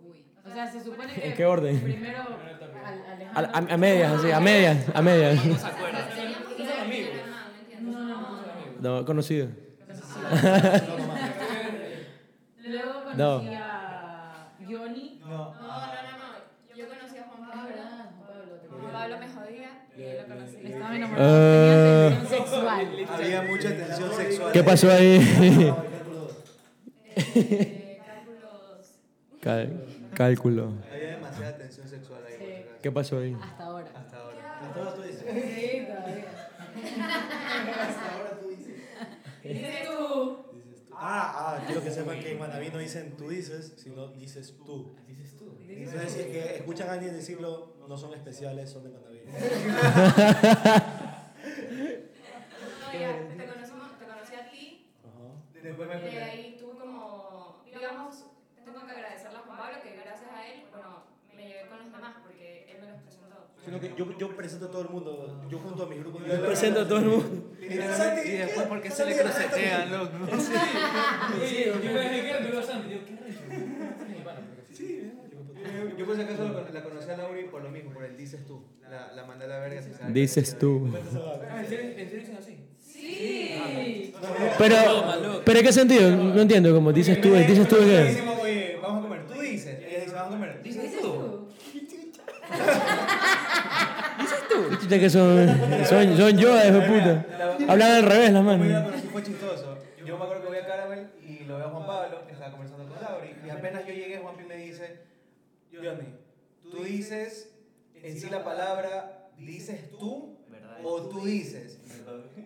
S2: Uy. O sea, se supone que.
S6: ¿En qué orden?
S2: Primero, al-
S6: A,
S2: Alejandro.
S6: a- a medias, así, a medias, a medias.
S3: No se acuerda.
S5: Teníamos que
S1: Son
S5: ir a
S1: amigos.
S5: cenar, ¿no
S2: No,
S5: entiendes?
S2: no, no.
S6: No, conocido.
S4: No, mamá.
S2: Luego conocí
S6: No.
S2: a Johnny.
S5: No, no, no, no. Yo conocí a Ah, Juan Pablo. Juan Pablo me jodía y yo lo conocí.
S4: Le-
S2: Estaba
S4: le-
S2: enamorado.
S6: Eh.
S2: Tenía tensión
S1: Le-
S2: sexual.
S1: le-
S7: Había mucha tensión sexual.
S6: ¿Qué pasó ahí?
S4: Ah, el cálculo dos.
S5: Eh, cálculos.
S6: Cal- cálculo.
S7: Había demasiada tensión sexual ahí.
S2: Sí.
S7: por
S6: ¿Qué
S7: si acaso.
S6: pasó ahí?
S2: Hasta ahora.
S7: Hasta ahora.
S4: Hasta ahora tú dices.
S2: Sí, todavía.
S7: Hasta ahora tú dices.
S2: Dices tú.
S4: Dices tú. Ah, ah, quiero que sepan que en Manaví no dicen tú dices, sino dices tú.
S1: Dices tú.
S4: Entonces, si es que escuchan a alguien decirlo, no son especiales, son de Manaví.
S5: No, ya, te conocimos- te conocí a ti
S4: Ajá.
S5: y
S7: Después me
S5: de
S7: peleé.
S5: ahí tú como, digamos, tengo que agradecerle a Juan Pablo que gracias a él, bueno, me llevé con los demás porque él me los presentó.
S4: Sino que yo, yo presento a todo el mundo, yo junto a mi grupo.
S7: Yo presento
S6: a todo el mundo.
S3: Y después porque se le crucetean, loco.
S1: Oye, yo me dejé que era me lo hacen. Digo, ¿qué arrecho? Este es mi pana, porque sí.
S7: Yo, yo por si acaso la, la conocí a Lauri por lo mismo, por el dices tú. La, la mandé a la verga. sin saber que
S6: Dices
S7: era
S6: tú.
S1: Ah, ¿En serio en serio dicen así?
S2: Sí.
S6: Pero, ¿pero en qué sentido? No entiendo, como dices tú, dices tú,
S7: Nosotros
S6: ¿qué?
S7: decimos, oye, vamos a comer. Tú dices. Ella dice, vamos a comer. Dices
S2: Dices tú.
S6: Chucha que son, son, son yo, hijo de puta. Hablan al revés las
S7: Muy bien,
S6: manos.
S7: pero sí fue chistoso. Yo me acuerdo que voy a Caramel y lo veo a Juan Pablo, que estaba conversando con Lauri, y apenas yo llegué, Juanpi me dice, Johnny, tú dices en sí la palabra, dices tú o tú dices.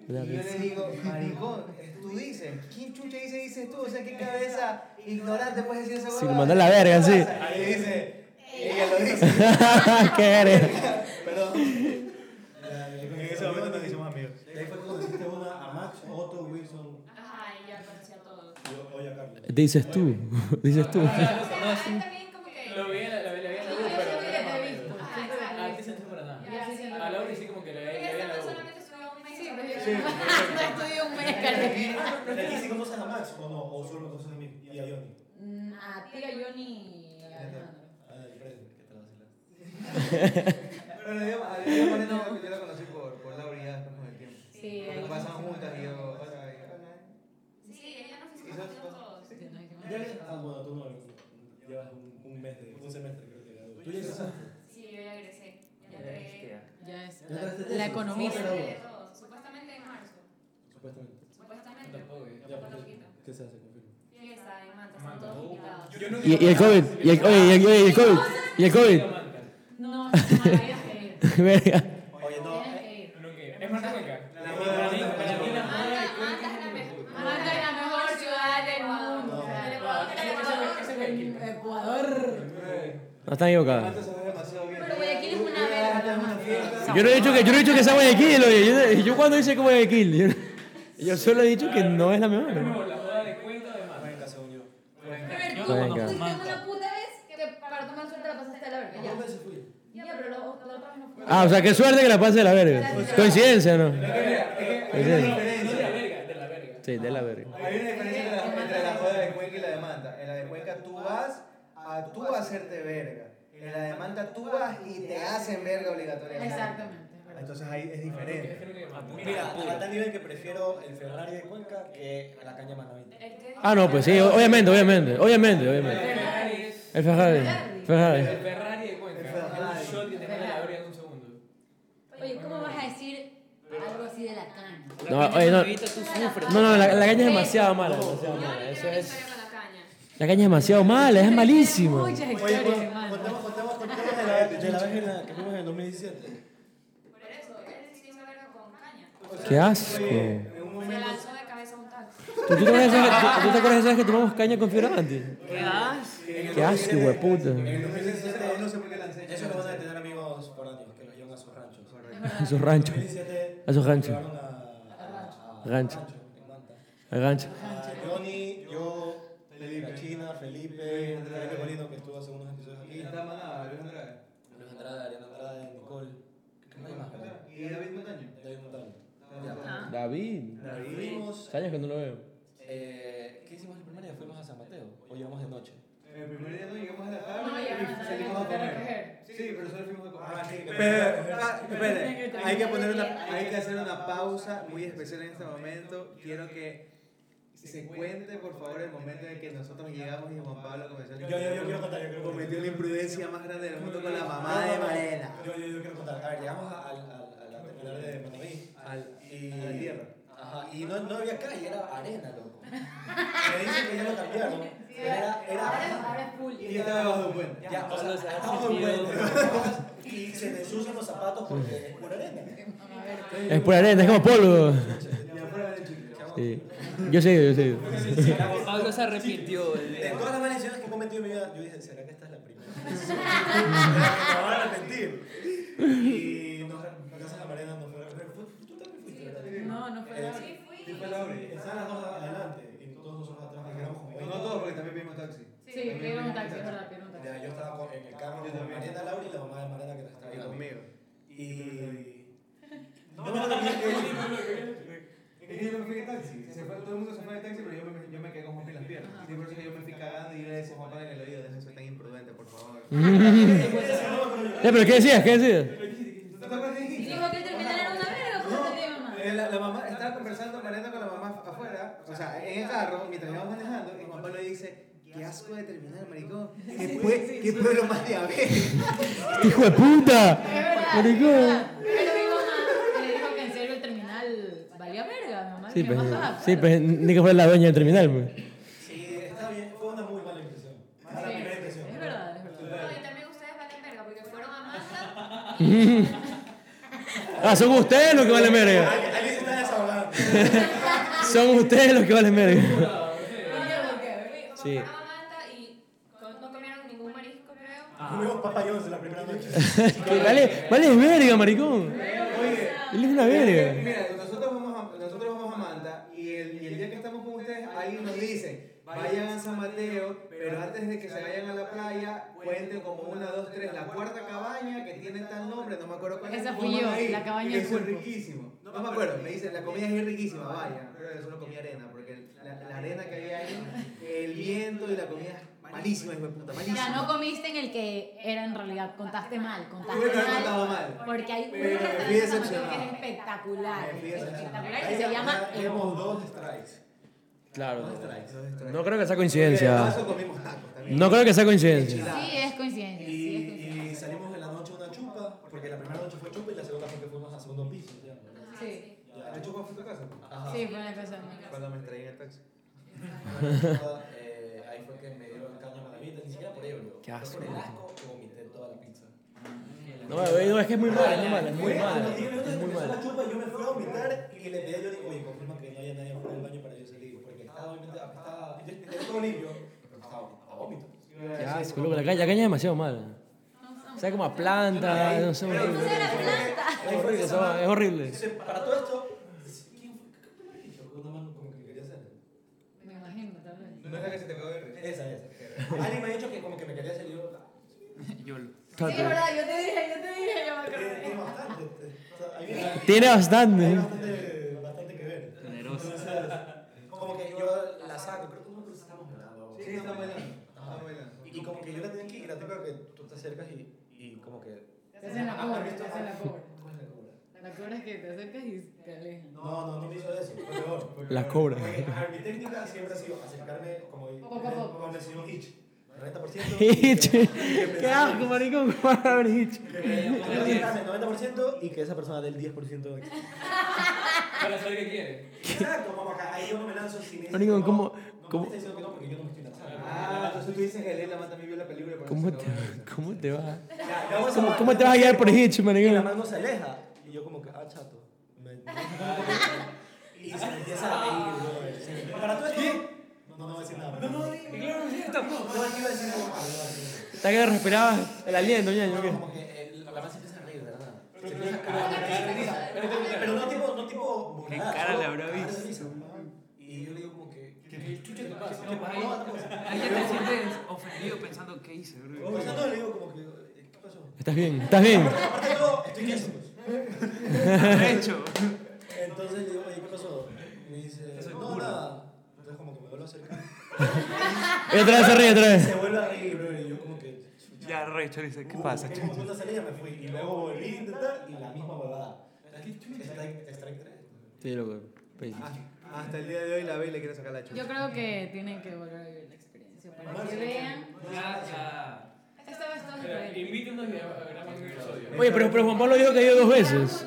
S7: Y yo le digo, maricón, es tú dices. ¿Quién chucha dice dices tú? O sea, ¿qué cabeza ignorante puedes decir esa
S6: Sí,
S7: huevada?
S6: lo mandó a la verga,
S7: ¿Qué
S6: sí. Ah,
S7: pasa? Y dice, ella lo dice.
S6: ¿Qué eres?
S7: Perdón. En ese momento nos hicimos amigos.
S4: De ahí fue que conociste una a Max, Otto, Wilson
S5: Ajá, y ya conocí a todos.
S4: y hoy a Carlos.
S6: Dices tú, dices tú.
S5: O sea, a él también como que...
S1: Lo vi en la lo vi en la-
S5: Sí,
S1: lo
S5: yo
S1: vi en la pero era más
S5: siempre te
S1: o
S5: he
S1: menos.
S5: visto. Ajá,
S1: Ah,
S5: exacto.
S1: antes no para nada.
S5: Ya, sí, sí.
S1: A Laura sí como que la
S5: Porque
S1: veía la veía
S5: esta no
S1: en la U.
S5: solamente estudió un mes.
S2: Sí,
S5: pero
S2: pero
S5: yo-
S2: no estudié un mes, Carlos.
S4: ¿Pero aquí sí conoces a Max o no? ¿O solo conoces a mí y a Johnny?
S2: Mm, A ti, a Johnny y a Alejandro.
S4: Ah, yo presento. ¿Qué te vas a decir?
S7: Pero le digo, a la idea poner no, que yo la conocí por, por Laura y ya después con el tiempo.
S2: Sí,
S7: Porque
S2: ahí conocí
S7: pasan
S2: a
S7: juntas y yo,
S2: Alejandro.
S7: hola, y hola.
S5: Sí, ella nos hizo
S7: Quizás-
S5: conocidos todos.
S2: Sí, nos hicimos-
S4: Ah, bueno, tú no. Llevas un, un mes, de, un semestre creo que. ¿Tú ya empezaste?
S5: Sí, yo ya egresé. Ya entré.
S2: Ya es
S4: ¿Ya
S2: la,
S4: trataste de
S2: la
S4: eso? ¿Cómo
S5: Ya
S2: economista.
S4: era?
S5: entré todos. Supuestamente en marzo.
S4: Supuestamente.
S5: Supuestamente.
S1: Tampoco, eh.
S4: Ya,
S5: Falta poquito.
S4: ¿Qué se hace? Uh, Confirma.
S5: Fiesta en
S1: Manta.
S5: Manta, están todos invitados.
S1: Yo nunca-
S6: ¿Y, y el COVID? ¿Y el, oye, y el, y el COVID? ¿Y el COVID?
S2: No, no, habías que ir.
S6: Verga.
S7: Oye, no. eh,
S2: Tenías que ir.
S1: Nunca. ¿Es Marta Cuenca?
S7: La moda de Manta.
S1: Para mí la moda
S5: Ah,
S1: de
S5: Manta,
S1: Cuenca es
S5: Manta es la
S1: Hollywood.
S5: mejor.
S2: Manta es la mejor ciudad del mundo.
S4: No.
S2: El
S1: Ah,
S2: Ecuador,
S1: ese es- ese es- ese es Guayaquil.
S2: Ecuador.
S6: No están equivocados.
S7: Antes se ve demasiado bien.
S2: Pero Guayaquil es una
S7: Tú llegas
S4: "Ah,
S2: verga,
S7: a una
S2: ¿no?
S7: fiesta.
S6: Yo no he dicho que, yo no he dicho que sea Guayaquil, oye. Yo, no- yo cuando hice que Guayaquil. Yo, no- yo solo he dicho que no es la
S1: Es
S6: mejor.
S1: mejor, la moda de Cuenca o de Manta.
S4: Cuenca, según yo.
S2: Pero
S3: Yo
S2: tú
S3: no
S2: fuiste
S6: Venga.
S3: conozco
S2: una
S3: Manta.
S2: puta vez que para tomar suerte la pasaste a la verga.
S4: ¿Cuántas
S2: Ya,
S4: veces fui?
S2: ya pero lo- la otra vez no fue.
S6: Ah, o sea, qué suerte que la pase de la verga. Coincidencia, ¿no?
S7: Es que mira, es que
S6: Es
S7: hay una
S1: No
S6: eso.
S1: de la
S7: diferencia.
S1: verga, de la verga.
S6: Sí, de la verga.
S7: Hay una diferencia entre la- entre la joda de Cuenca y la demanda. En la de Cuenca tú vas a tú hacerte verga. En la demanda tú vas y te hacen verga obligatoriamente.
S2: Exactamente. es verdad.
S7: Entonces ahí es diferente.
S1: Creo que Manta.
S4: Mira, a tal nivel que prefiero el Ferrari de Cuenca que la caña Manaví.
S5: El que-
S6: Ah, no, pues sí, o- obviamente, obviamente, obviamente, obviamente.
S1: El Ferrari es-
S6: El Ferrari, Ferrari.
S1: El Ferrari de Cuenca.
S7: El
S1: Es un shot que te manda la
S2: Ferrari.
S1: verga en un segundo.
S2: Oye, ¿cómo vas a decir algo así de la caña?
S6: No, oye, no. No, no, la, la caña es demasiado mala.
S5: Yo
S6: demasiado
S5: ni
S6: mala.
S5: tengo
S6: Eso
S5: una
S6: es...
S5: historia con la caña.
S6: La caña es demasiado mala, es malísima.
S2: Muchas
S4: Oye,
S2: historias,
S4: pues,
S2: hermano.
S4: contemos, contemos, contemos de la, de la vez en la que fuimos en el 2017.
S5: Por eso, él se hizo verga con caña.
S6: Qué asco.
S7: Oye, en un
S5: Se
S7: momento
S5: lanzó de cabeza a un taco.
S6: ¿Tú, tú te acuerdas de esas- tú- tú te acuerdas de esas que tomamos caña con Fiora antes? Qué asco, hueputa.
S4: En el 2017,
S7: no sé por qué lancé.
S4: eso lo van a tener amigos foráneos que los llevan a sus ranchos.
S6: A su rancho,
S4: En 2017,
S6: A su rancho.
S4: lo llevaron a- a- a-
S6: Rancho.
S4: en Manta.
S6: al rancho.
S4: A Johnny, yo, le la China, Felipe, Felipe Molino, que estuvo hace unos episodios
S7: Y
S4: aquí.
S7: está Maná, Luis Andrade.
S4: Luis Andrade, Ariana Andrade, Nicole. No hay más, ¿verdad?
S7: Y David Montaño.
S4: David Montalvo.
S2: Ah.
S6: David.
S7: David.
S6: Hace años que no lo veo.
S4: Eh, ¿Qué hicimos el primer día? ¿Fuimos a San Mateo? ¿O llegamos de noche?
S7: El primer día no llegamos a la
S2: No,
S7: tarde
S2: ya,
S7: y salimos a comer.
S2: recoger.
S7: Sí, pero solo fuimos a comer. Ah, sí,
S4: Pero-
S2: espere. Hay que poner una-
S7: hay que hacer una pausa muy especial en este momento. Quiero que se cuente, por favor, el momento en el que nosotros llegamos y Juan Pablo comenzó.
S4: Yo, yo, yo quiero contar, yo quiero contar.
S7: Cometió la imprudencia más grande del mundo con la
S4: No,
S7: mamá
S4: no,
S7: de
S4: no.
S7: Marela.
S4: Yo, yo, yo quiero contar. A ver, llegamos a, al- al- a la terminal de Manaví.
S7: Al,
S4: Y,
S7: a la tierra.
S4: Ajá, y no, no había calle, era arena, loco. Me dicen que ya lo cambiaron.
S2: Sí,
S4: Pero era, era
S2: ahora,
S4: arena.
S2: ahora es full.
S7: Y estaba bajo un puente.
S4: Ya, o sea,
S3: Pablo se ha
S4: estamos en
S3: sentido-
S4: puente. Y se me ensucian los zapatos porque es pura arena.
S2: A ver,
S6: Es pura arena, es como polvo.
S7: Y afuera del chicle.
S6: Sí. Yo sé, Eh, yo sé.
S3: Pablo se arrepintió.
S4: De todas las malas decisiones que he cometido en mi vida, yo dije, ¿será que esta es la primera? decisión? Me voy a arrepentir. Y nos nos casas la marena, nos fue Tú también fuiste, ¿verdad?
S2: no, no fue
S4: Eh,
S2: así.
S7: Y fue la Uri.
S4: Estaban las dos adelante y todos nosotros atrás, que éramos como
S7: No
S4: 20.
S7: todos, porque también pedimos taxi.
S2: Sí, pidieron un taxi, es verdad, pidieron un
S4: Ya,
S2: taxi.
S4: yo estaba con- en el carro
S7: Yo
S4: con
S7: también.
S4: Mariana Laura y la mamá de Mariana que nos estaba
S7: Ah, Y
S4: ayudando.
S7: conmigo.
S4: Y. No, no, no,
S7: Es que yo me fui en taxi. Se fue, todo el mundo se fue en taxi, pero yo me, yo me quedé con Juanpa en las piernas. Y por eso que yo me fui cagando y yo le decía a Juanpa en el oído, deja de ser tan imprudente, por favor.
S6: Ya, pero ¿qué decías? ¿Qué decías?
S7: ¿No te acuerdas qué
S2: Y
S7: dijiste?
S2: dijo que el terminal era una verga, ¿cómo te digo, mamá?
S7: Eh, La, la mamá estaba conversando, Mariana con la mamá afuera, o sea, en el carro, mientras íbamos manejando, y Juan Pablo dice, qué asco de terminar, maricón. ¿Qué, pue- qué pueblo más de haber?
S6: Este ¡Hijo de puta!
S2: Es verdad, es
S6: Maricón.
S2: verdad. Pero mi mamá le dijo que en serio el terminal valía verga, mi mamá.
S6: Sí,
S2: que
S6: pues,
S2: pasaba,
S6: sí,
S2: claro.
S6: pues ni que fuera la dueña del terminal, pues.
S4: Sí, está bien, fue una muy mala impresión. Mala
S2: Sí,
S4: primera impresión.
S2: Es verdad, es verdad.
S5: No, y también ustedes valen verga porque fueron a masa.
S6: Ah, son ustedes los que valen verga.
S4: Alguien alguien se está desahogando.
S6: Son ustedes los que valen verga. Sí.
S5: Fueron a masa y con- no comieron ningún marisco, creo.
S6: Ah.
S4: Comimos papayón la primera noche.
S6: Que Vale, vale verga, maricón.
S7: Oye,
S6: Él es una verga.
S7: Mira, nosotros vamos a, nosotros vamos a Manta y el, y el día que estamos con ustedes, alguien nos dice, vayan a San Mateo, pero antes de que se vayan a la playa, cuenten como una, dos, tres, la cuarta cabaña que tiene tal nombre, no me acuerdo cuál es.
S2: Esa fui
S7: Pongan
S2: yo, la cabaña
S7: y
S2: del
S7: eso es
S2: cuerpo.
S7: riquísimo. No me acuerdo, me dicen, la comida es riquísima, vaya, pero yo solo comí arena, porque el- la, la arena que había ahí, el viento y la comida es malísima, hijo de puta, malísima.
S2: Ya no comiste en el que era en realidad, contaste mal,
S7: Tuve que
S2: contaste
S7: haber
S2: mal.
S7: contado mal.
S2: Porque hay un
S7: Pero me
S2: restaurante
S7: fui
S2: en San Mateo que
S7: decepcionado.
S2: es espectacular,
S7: Me fui decepcionado.
S2: espectacular, que se llama El
S4: Tenemos dos strikes.
S6: Claro.
S4: Dos strikes. este Dos strikes.
S6: No creo que sea
S7: Porque de
S6: coincidencia.
S7: paso comimos tacos también.
S6: No creo que sea coincidencia.
S7: Enchiladas.
S2: Sí, es coincidencia, sí, es coincidencia.
S4: Y, y salimos en la noche a una chupa, porque la primera noche fue chupa y la segunda fue que fuimos a segundo piso. ya, ¿no?
S2: Sí,
S4: Ya,
S7: ¿La chupa fue a tu casa?
S4: Ajá.
S2: sí, fue una cosa muy
S7: Cuando me extraí en el taxi.
S4: Chupa, eh, ahí fue que me dieron caña malavita, ni siquiera por ebrio.
S6: Qué
S4: Fue
S6: asco.
S4: Por el asco que vomité toda la pizza.
S6: No, güey, no, es que es muy mala, es muy mala, es muy mala.
S4: Diez minutos
S6: Es muy
S4: empezó
S6: mala.
S4: la chupa, yo me fui a vomitar y le pedí a Johnny, oye, confirma que no haya nadie afuera del baño para yo salir. Porque estaba, obviamente, apestaba. Yo tenía todo limpio, pero estaba a vómito.
S6: Qué asco, loco, La caña, la caña es demasiado mala. Sabe como a planta, no sé. horrible. Es horrible, esa va- es horrible.
S4: Entonces, para todo esto, ¿quién fue? ¿Qué fue lo que dijo? Una mano como que quería hacer.
S2: Me imagino, tal vez.
S7: No es la que se te acabó de ver.
S4: Esa, esa. Alguien me ha dicho que como que me quería hacer yo. la-
S2: Sí, es
S6: Tato.
S2: verdad, yo te dije, yo te dije, yo me
S4: Eh,
S2: acordé.
S4: Tiene bastante. o sea, ahí viene-
S6: Tiene
S4: Hay
S6: bastante.
S4: bastante, bastante que ver.
S3: Generoso.
S4: Entonces, como que yo la saco, creo que no nos estamos hablando.
S7: Sí, está bailando.
S4: Ajá.
S7: Está bailando.
S4: Y como que yo la tenía aquí y la tengo que tú te acercas y, y como que.
S2: Te hacen la cobra, te hacen la cobra.
S4: ¿Cómo es la cobra?
S2: Ah, La cobra es que te acercas y te alejas.
S4: No, no, no me hizo eso. Fue peor. fue
S6: Las
S4: peor.
S6: cobras.
S4: Porque, a ver, mi técnica siempre ha sido acercarme como,
S2: Poco a poco.
S4: como el señor Hitch. 90%.
S6: Hitch.
S4: y que-
S6: Qué asco, maricón, ¿cómo lo habré dicho?
S4: que yo acercarme el 90% y que esa persona dé el 10% de
S1: Para saber qué quiere.
S4: Exacto, como acá. Ahí yo no me lanzo sin me dicen
S6: Marico,
S4: que no,
S6: ¿cómo-
S4: No me
S6: cómo-
S4: está diciendo que no porque yo no me estoy lanzando.
S7: Ah, entonces tú dices que Lela también vio la película. por eso
S6: ¿Cómo
S7: se
S6: te,
S7: acabó de ver.
S6: cómo te vas? a-
S4: Ya, yo hago esa
S6: ¿Cómo,
S4: vaina.
S6: cómo te vas a guiar por Hitch,
S4: Y la
S6: maricón?
S4: mano se aleja. Y yo como que, ah, chato. Me- y se me empieza a reír, brother. Se me- Para todo esto... No, no, no voy a decir nada. No, no, no.
S1: Claro, sí, tampoco.
S4: No, es que iba a decir algo malo, iba a decir
S6: Está que respirabas el aliento, ñaño.
S4: algo
S6: ¿qué?
S4: malo. Como que eh, la mano se empieza a reír, ¿verdad? Se empieza a cagar. Pero no tipo, Ah, no tipo burlada,
S3: cara le
S4: solo
S3: habrá
S4: cagar de
S3: visto?
S4: risa. Y yo le digo como que... ¿Qué
S1: ¿Qué chucha te pasa?
S7: ¿Qué pasó? Ah, otra cosa.
S3: Alguien te sientes ofendido pensando qué hice, bro.
S4: O sea, no, le digo como que, eh, ¿qué pasó?
S6: ¿Estás bien? ¿Estás bien?
S4: Aparte de todo, estoy queso.
S3: Arrecho.
S4: Entonces le digo, oye, ¿qué pasó? Me dice,
S3: Eso es
S4: no,
S3: duro.
S4: nada. Entonces como que me vuelvo a acercar.
S6: Y otra vez se ríe, otra vez.
S4: Se vuelve a reír, bro, y yo como que...
S3: Ya arrecho, le dice, ¿qué pasa,
S4: chucha?
S3: chucha?
S4: Como puta salida me fui, y luego volví a intentar, y la misma huevada. Strike strike tres.
S6: Sí, loco. Pues,
S7: Ah, Hasta el día de hoy la B le quiere sacar la
S2: Yo
S7: chucha.
S2: creo que tienen que volver a vivir la experiencia para que vean.
S8: Ya,
S5: Ah.
S8: ya.
S2: Esta vez todo es
S1: Espera,
S2: diferente.
S1: Invítenos y hablamos de episodio.
S6: Oye, pero, pero Juan Pablo dijo que ha ido dos veces.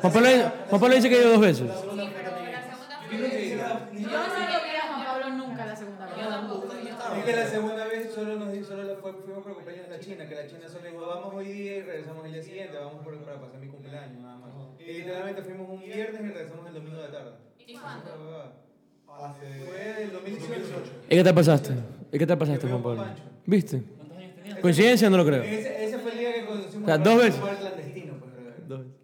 S6: Juan Pablo, Juan Pablo dice que ha ido dos veces.
S5: Sí, pero la segunda
S1: Yo creo que-
S2: Yo no lo vi a Juan Pablo nunca la segunda vez.
S7: Es que la segunda vez solo nos di- solo la- fue- fuimos por cumpleaños de la China, que la China solo dijo, vamos hoy día y regresamos el día siguiente, vamos por, para pasar mi cumpleaños, nada más. Y literalmente fuimos un viernes y regresamos el domingo de tarde.
S5: ¿Y cuándo?
S7: Fue el 2018.
S6: ¿Y qué te pasaste? ¿Y qué te pasaste,
S7: Yo fui
S6: Juan
S7: a
S6: Pablo?
S7: Pancho.
S6: ¿Viste?
S8: ¿Cuántos años tenías?
S6: ¿Coincidencia? No lo creo.
S7: Ese, ese fue el día que conocimos
S6: O sea, dos veces.
S7: un lugar clandestino, pues, brother.
S6: Dos veces.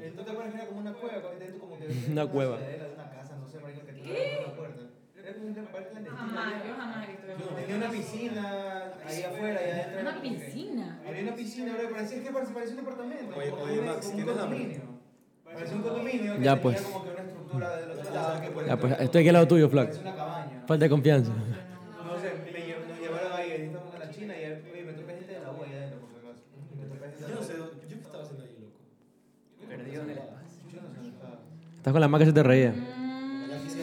S7: Eh, ¿Tú te acuerdas que era como una cueva? pues, dentro como que-
S6: Una cueva.
S7: ciudadela de una casa, no sé, marico, que tenía una puerta. Era como un lugar
S2: Jamás, yo
S7: clandestino.
S2: jamás he visto
S7: Tenía una piscina ahí afuera y adentro. era
S2: Una
S7: como que-
S2: piscina.
S7: Había una piscina, bro, parecía que parece- parecía un departamento.
S4: Oye,
S7: como
S4: oye,
S7: un-
S4: Max,
S7: como un
S4: ¿tienes hambre?
S7: condominio. Parecía un condominio que
S6: Ya,
S7: tenía
S6: pues.
S7: como que una estructura del otro lado. que por
S6: Ya, pues,
S7: dentro
S6: estoy aquí al lado tuyo, flaco.
S7: Parecía una cabaña.
S6: Falta de confianza.
S7: No sé, me lle- nos llevaron ahí, ahí estamos en la China y ahí- oye, me topé gente de la UA adentro, por si acaso. Me topé gente de
S4: Yo
S7: la
S4: no
S7: UA.
S4: sé, yo qué estaba haciendo ahí, loco.
S3: Perdido en el
S7: Yo no sé, o sea,
S6: Estás con la maca que se te reía.
S2: Mm.
S7: solo
S5: Pero
S7: sé
S5: es
S7: que-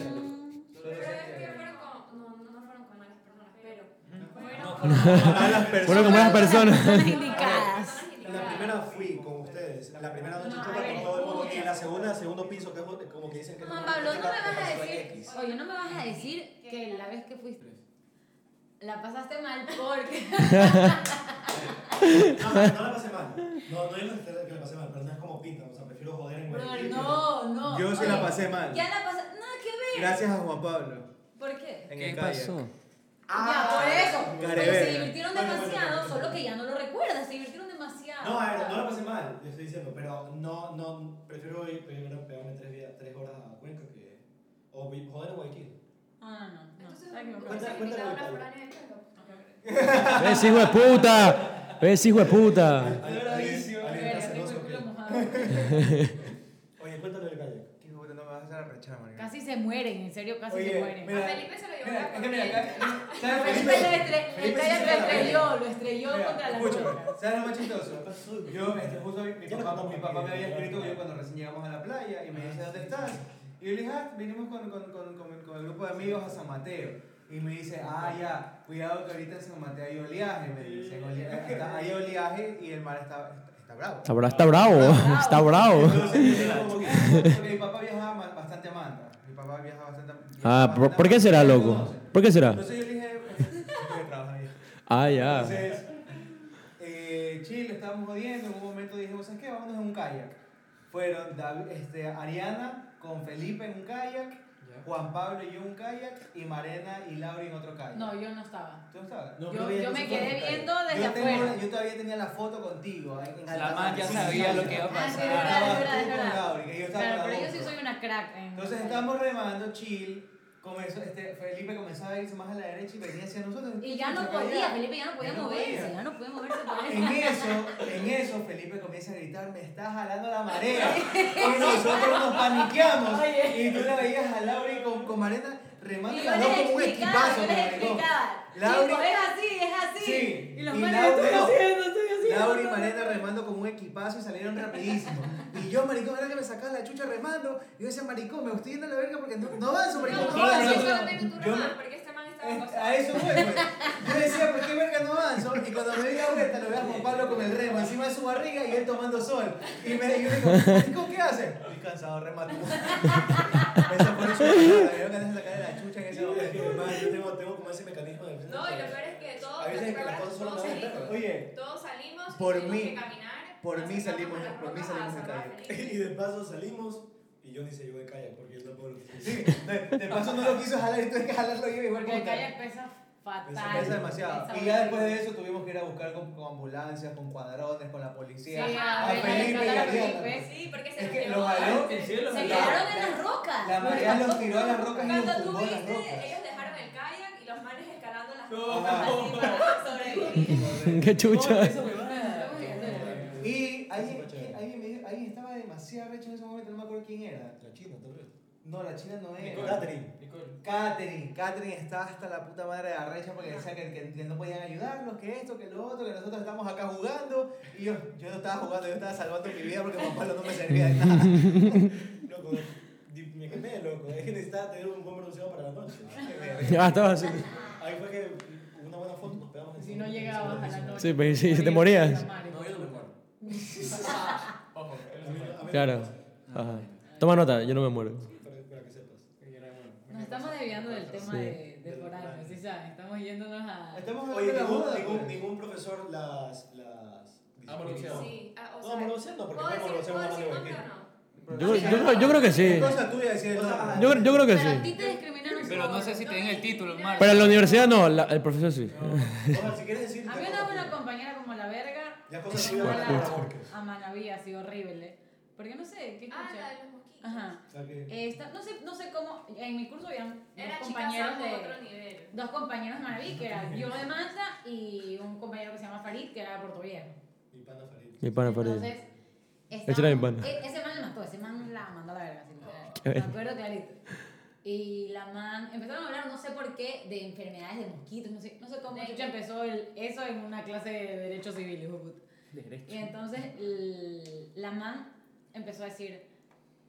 S5: que fueron con. No, no, no fueron con malas personas, pero.
S8: No,
S5: Fueron
S8: con-
S6: Bueno, como las personas.
S2: Personas indicadas.
S4: La primera fui con ustedes. La primera noche
S2: No,
S4: estuve
S2: a ver,
S4: con todo el mundo. Y
S2: escucha.
S4: la segunda, segundo piso, que es como- como que dicen que
S2: Juan Pablo, no me
S4: que
S2: vas a
S4: pasó ahí
S2: decir,
S4: X.
S2: oye, no me vas a decir que la vez que fuiste la pasaste mal porque
S4: No, no la pasé mal. No, no es la que la pasé mal, pero no es como pinta. O sea, prefiero joder en
S2: Brother,
S4: cualquier-
S2: no, no.
S7: Yo sí
S2: Oye,
S7: la pasé mal.
S2: Ya la pasé, nada que ver.
S7: Gracias a Juan Pablo.
S2: ¿Por qué?
S7: En
S3: ¿Qué
S7: el kayak.
S3: pasó?
S2: ya, por eso. Pero
S7: Carever.
S2: se divirtieron
S4: Bueno, bueno,
S2: demasiado,
S4: bueno, bueno.
S2: solo que ya no lo recuerdas, se divirtieron demasiado.
S4: No, a ver, no la pasé mal, yo estoy diciendo, pero no, no, prefiero ir, prefiero pegarme tres, días- tres horas a Cuenca que. O vi- joder a Guayaquil.
S2: Ah, no, no, no.
S5: Entonces,
S2: Ay, me
S5: ¿por qué
S2: parece-
S5: se
S4: Cuenta- cuenta
S5: invitaron
S4: la
S5: a
S4: historia.
S5: Fran y a Carlos?
S6: ¡Ves, hijo de puta! ¡Ves, hijo de puta!
S4: Alguien-
S7: bravísimo.
S4: alguien
S2: Verga,
S4: está
S2: tengo el
S4: celoso,
S2: culo
S4: ¿ok?
S2: mojado.
S4: Oye, cuéntale del calle.
S7: Qué puta, no me vas a hacer arrechar, marico.
S2: Casi se mueren, en serio, casi
S7: Oye,
S2: se mueren.
S7: mira,
S5: A Felipe se lo llevó
S7: Mira,
S5: la
S7: es que mira,
S5: corriente.
S7: acá- ¿sabes lo
S2: Felipe
S7: más
S2: lo
S7: chistoso?
S2: estre- el
S7: Felipe
S2: trailer lo
S7: sí se la
S2: estrelló, lo estrelló
S7: Mira,
S2: contra las
S7: escúchame,
S2: rocas.
S7: ¿Sabes lo más chistoso? Yo, este, justo mi, mi papá, mi papá me había escrito yo cuando recién llegamos a la playa
S6: Ah,
S7: y me dice, ¿dónde estás? Y yo le dije, ah, vinimos con, con, con, con, el- con el grupo de amigos a San Mateo. Y me dice, ah, ya, cuidado que ahorita en San Mateo hay oleaje, me dice, "Hay oleaje- está- hay oleaje y el mar está, está, está bravo.
S6: Está, bra- está bravo, está bravo.
S7: Entonces, yo como que- porque mi papá viajaba ma- bastante a Manta. Mi papá viajaba bastante a
S6: Ah,
S7: viajaba
S6: ¿por,
S7: bastante
S6: por qué
S7: a
S6: será,
S7: Manta,
S6: loco?
S7: entonces.
S6: ¿Por qué será?
S7: Entonces yo le dije, "Este, "Voy a trabajar ahí".
S6: Ah, ya.
S7: Entonces, eh, Chile, estábamos jodiendo. En un momento dijimos, ¿sabes qué? Vámonos en un kayak. Fueron Davi- este, Ariana con Felipe en un kayak, Juan Pablo y yo en un kayak, y Marena y Laura en otro kayak.
S2: No, yo no estaba.
S7: ¿Tú no estabas?
S4: No,
S2: Yo-
S4: no veía
S2: yo
S4: que
S2: me
S4: se fuera
S2: quedé
S4: del calle.
S2: viendo desde
S7: yo, tengo-
S2: afuera.
S7: yo todavía tenía la foto contigo. eh, en- en
S3: La
S7: alta
S3: man ya
S7: mar.
S3: sabía lo que iba a
S2: Ah, sí, es
S3: pasar.
S2: verdad, es verdad,
S7: Estabas
S2: es
S7: tú con
S2: verdad.
S7: Laura, que yo estaba
S2: Claro,
S7: con la
S2: pero yo sí
S7: otra.
S2: soy una crack. en-
S7: Entonces estábamos remando, chill. Comenzó, este, Felipe comenzaba a irse más a la derecha y venía hacia nosotros.
S2: Y ya no
S7: Entonces,
S2: podía,
S7: ya-
S2: Felipe ya no podía
S7: Ya no
S2: moverse,
S7: podía.
S2: ya no podía moverse por
S7: En eso, en eso, Felipe comienza a gritar, me está jalando la marea. Y nosotros nos paniqueamos. Y tú la veías a Laura y con, con Marena remando
S2: Y yo
S7: las dos
S2: les
S7: como un
S2: explicaba,
S7: equipazo.
S2: yo les
S7: maricón.
S2: explicaba.
S7: Laura-
S2: Chicos, es así, es así.
S7: Sí,
S2: Y los
S7: y
S2: manes,
S7: Laura-
S2: estoy
S7: no.
S2: haciendo, estoy haciendo.
S7: Laura y Marena remando como un equipazo y salieron rapidísimo. Y yo, maricón, era que me sacaba la chucha remando. Y yo decía, maricón, me estoy yendo a la verga porque no, no avanzo, maricón,
S5: No,
S7: no,
S5: no,
S7: avanzo.
S5: yo solamente tú
S7: Yo
S5: nomás,
S7: me-
S5: porque este man estaba
S7: Eh,
S5: gozando.
S7: A eso fue, pues. Yo decía, ¿por qué verga no avanzo? Y cuando me di la vuelta, lo veo a Juan Pablo con el remo encima de su barriga y él tomando sol. Y me y yo digo, "Marico, ¿qué hace? Estoy cansado, remato. Esa fue su palabra, yo ganas de sacar de la chucha en ese
S4: Es que,
S7: momento.
S4: man, yo tengo, tengo como ese mecanismo de.
S5: No, y lo peor es que todos,
S4: A veces es que las cosas solo
S5: todos
S4: no van a
S5: salimos.
S7: Oye,
S5: Todos salimos y
S7: pues. Por
S5: tuvimos
S7: mí.
S5: que caminar.
S7: Por
S5: nos
S7: mí
S5: sentamos
S7: salimos-
S5: en las
S7: por mí
S5: rocas a
S7: salimos de
S5: salvar a
S7: calle.
S5: Felipe.
S4: Y de paso salimos y yo ni se llevó de calle porque él tampoco lo
S7: sí, de, de paso no lo quiso jalar y tuve que jalarlo yo igual
S2: Porque el
S7: como tal.
S2: kayak pesa fatal.
S7: Pesa demasiado.
S2: Pesa
S7: Y ya después
S2: horrible.
S7: de eso tuvimos que ir a buscar con, con ambulancias, con cuadrones, con la policía.
S2: Sí,
S7: a
S2: a ver,
S7: Felipe y a
S2: rescatar a
S7: Diana.
S2: Felipe.
S5: Sí, porque se
S7: Es
S5: nos
S7: que
S5: llevó
S7: lo
S5: a-
S7: jaló.
S8: El cielo
S2: Se
S8: la-
S2: quedaron en las rocas.
S7: La marea los tiró a las rocas y los
S5: Cuando tú
S7: tumbó a las
S5: viste, eh,
S7: rocas.
S5: ellos dejaron el kayak y los manes escalando las
S1: No.
S5: rocas así para sobrevivir.
S6: Qué chucha.
S1: Esa huevada.
S2: Estamos llegando a la-
S7: Y
S4: Sí,
S7: alguien,
S4: fue chévere.
S7: alguien, me dijo- alguien estaba demasiado recho en ese momento, no me acuerdo quién era.
S4: La China, tal vez.
S7: No, la china no
S1: Nicole.
S7: era.
S4: Catherine.
S1: Nicole.
S7: Catherine, Catherine estaba hasta la puta madre de la recha porque decía que, que- que no podían ayudarlos, que esto, que lo otro, que nosotros estamos acá jugando. Y yo, yo no estaba jugando, yo estaba salvando mi vida porque Juan Pablo no me servía de nada.
S4: Loco, di- me quemé, loco. Es que necesitaba tener un buen pronunciado para la noche.
S6: Ah, estaba así.
S4: Ahí fue que hubo una buena foto nos pegamos.
S2: Si no llegabas a la noche.
S6: Sí, pues, sí,
S2: morías
S6: te morías.
S2: en la madre.
S1: No, yo no me acuerdo. Ojo, él no se acuerda.
S6: Claro. Ajá. Toma nota, yo no me muero.
S4: Para, para que sepas.
S1: Que yo era bueno.
S2: Nos estamos desviando del tema
S6: Sí.
S2: de, del foráneo, ¿sí saben? Estamos yéndonos a...
S7: Estamos hablando
S4: Oye,
S7: de la
S4: ningún,
S7: boda.
S4: ningún,
S7: pues.
S4: ningún profesor las. las
S1: Ah, pronunciado.
S5: Sí, ah, o
S4: No,
S5: sea,
S4: pronunciado no, porque
S5: ¿puedo
S4: fue
S5: decir,
S4: pronunciado
S5: ¿puedo
S4: más
S5: decir
S4: de
S5: nombre
S4: que.
S5: o no?
S6: Yo, yo creo- yo creo que sí.
S7: Es cosa tuya decir el nombre.
S6: Yo, yo creo que
S2: Pero a ti
S6: sí.
S2: te discriminaron
S3: Pero
S2: por-
S3: no sé si te den el título, hermano.
S6: Pero en la universidad no, la- el profesor sí.
S4: O sea, si quieres decir.
S2: A mí una
S4: ya cosa
S2: buena
S4: tuya.
S2: compañera como la verga,
S4: Ya cosas
S2: a
S4: tuyas.
S2: la-
S4: porque-
S2: a Manaví, así horrible. Porque no sé, ¿qué
S5: Ah, la
S2: escucha?
S5: de los mosquitos.
S2: Ajá.
S4: o sea, que-
S2: Eh, está- no, sé, no sé cómo, en mi curso habían
S5: Era
S2: dos
S5: chicas
S2: compañeros
S5: de
S2: de...
S5: otro nivel.
S2: Dos compañeros de Manaví, que era yo de Mansa y un compañero que se llama Farid, que era de Puerto Viejo.
S4: Mi pana Farid.
S6: Mi pana para
S2: Entonces,
S6: Ese era mi
S2: estábamos-
S6: pana.
S2: e- Ese man la mató, ese man la mandó a la verga. así,
S6: Qué
S2: me
S6: bueno.
S2: acuerdo clarito. Y la man, empezaron a hablar, no sé por qué, de enfermedades de mosquitos, no sé, no sé cómo.
S5: De-
S2: chucha empezó el- eso en una clase de derecho civil, hijo de puta. Y entonces l- la man empezó a decir,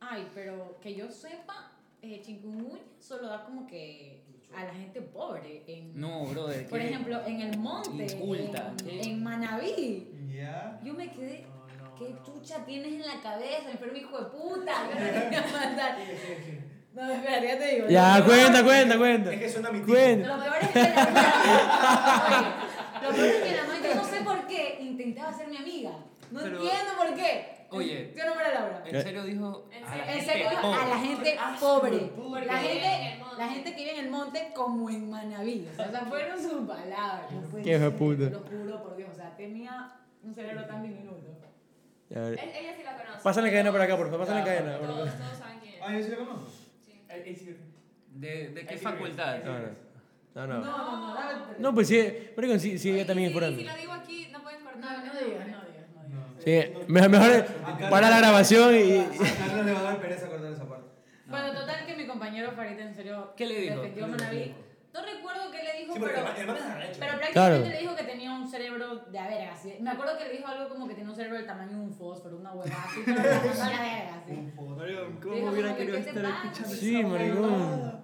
S2: ay, pero que yo sepa, eh, chikungunya solo da como que a la gente pobre. En,
S3: No, brother.
S2: por
S3: que-
S2: ejemplo, en el monte,
S3: Inculta,
S2: en,
S3: ¿qué?
S2: en Manabí.
S7: Ya.
S2: Yo me quedé,
S7: No, no,
S2: ¿qué
S7: no.
S2: chucha tienes en la cabeza, enfermo hijo de puta? Yo no te voy a mandar. No, espera, ya te digo.
S6: Ya,
S2: Lo peor-
S6: cuenta, cuenta, cuenta.
S4: Es que suena mi
S6: Cuenta.
S2: Lo peor es que la mamá, lo peor es que la mamá, yo no sé por qué, intentaba ser mi amiga. No
S3: Pero-
S2: entiendo por qué.
S3: Oye.
S2: Yo no me la Laura.
S3: En serio dijo. a la
S2: En
S3: gente
S2: serio, a
S3: pobre.
S2: la gente pobre.
S5: Porque
S2: La
S5: viven en
S2: gente,
S5: el monte.
S2: la gente que vive en el monte como en Manaví. O sea, esas fueron sus palabras. No puede
S6: Qué hijo de
S2: ser,
S6: puta.
S2: te Lo juro por Dios. O sea, tenía un cerebro tan diminuto.
S6: A ver.
S5: Él- Ella sí la conoce.
S6: Pásale cadena para acá, por favor. Pásale
S1: Ya,
S6: cadena. por favor.
S5: Todos, todos saben quién
S7: Ah,
S5: es.
S7: yo sí lo conozco.
S5: Sí.
S1: Ahí- ahí sí-
S3: ¿De, de qué
S1: ahí sí
S3: facultad?
S1: crees,
S6: No,
S1: ahí sí
S6: no.
S1: crees.
S6: No,
S2: No,
S6: no.
S2: no, no.
S6: No, pues sí, pero sí, sí, ella también es
S5: Y si-
S6: foránea.
S5: Y si lo digo aquí, no pueden cortar.
S2: No, no digas, no digas, no digas.
S6: Sí, mejor,
S4: Ah,
S6: mejor para la grabación y.
S7: A Carlos le va a dar pereza cortar esa parte.
S2: Bueno, total que mi compañero Farid en serio
S3: ¿Qué le dijo?
S2: defendió a Manaví. No recuerdo qué le dijo,
S4: Sí, porque
S2: pero,
S4: el man- el man es arrecho.
S2: pero prácticamente
S6: Claro.
S2: le dijo que tenía un cerebro de a verga. así. Me acuerdo que le dijo algo como que tenía un cerebro del tamaño de un fósforo, una huevada así, pero la mandó a la verga. Así.
S1: ¿Cómo
S2: Dijo
S1: hubiera
S2: como que,
S1: querido
S2: ¿qué te
S1: estar
S2: pasa?
S1: escuchando?
S6: Sí, maricón.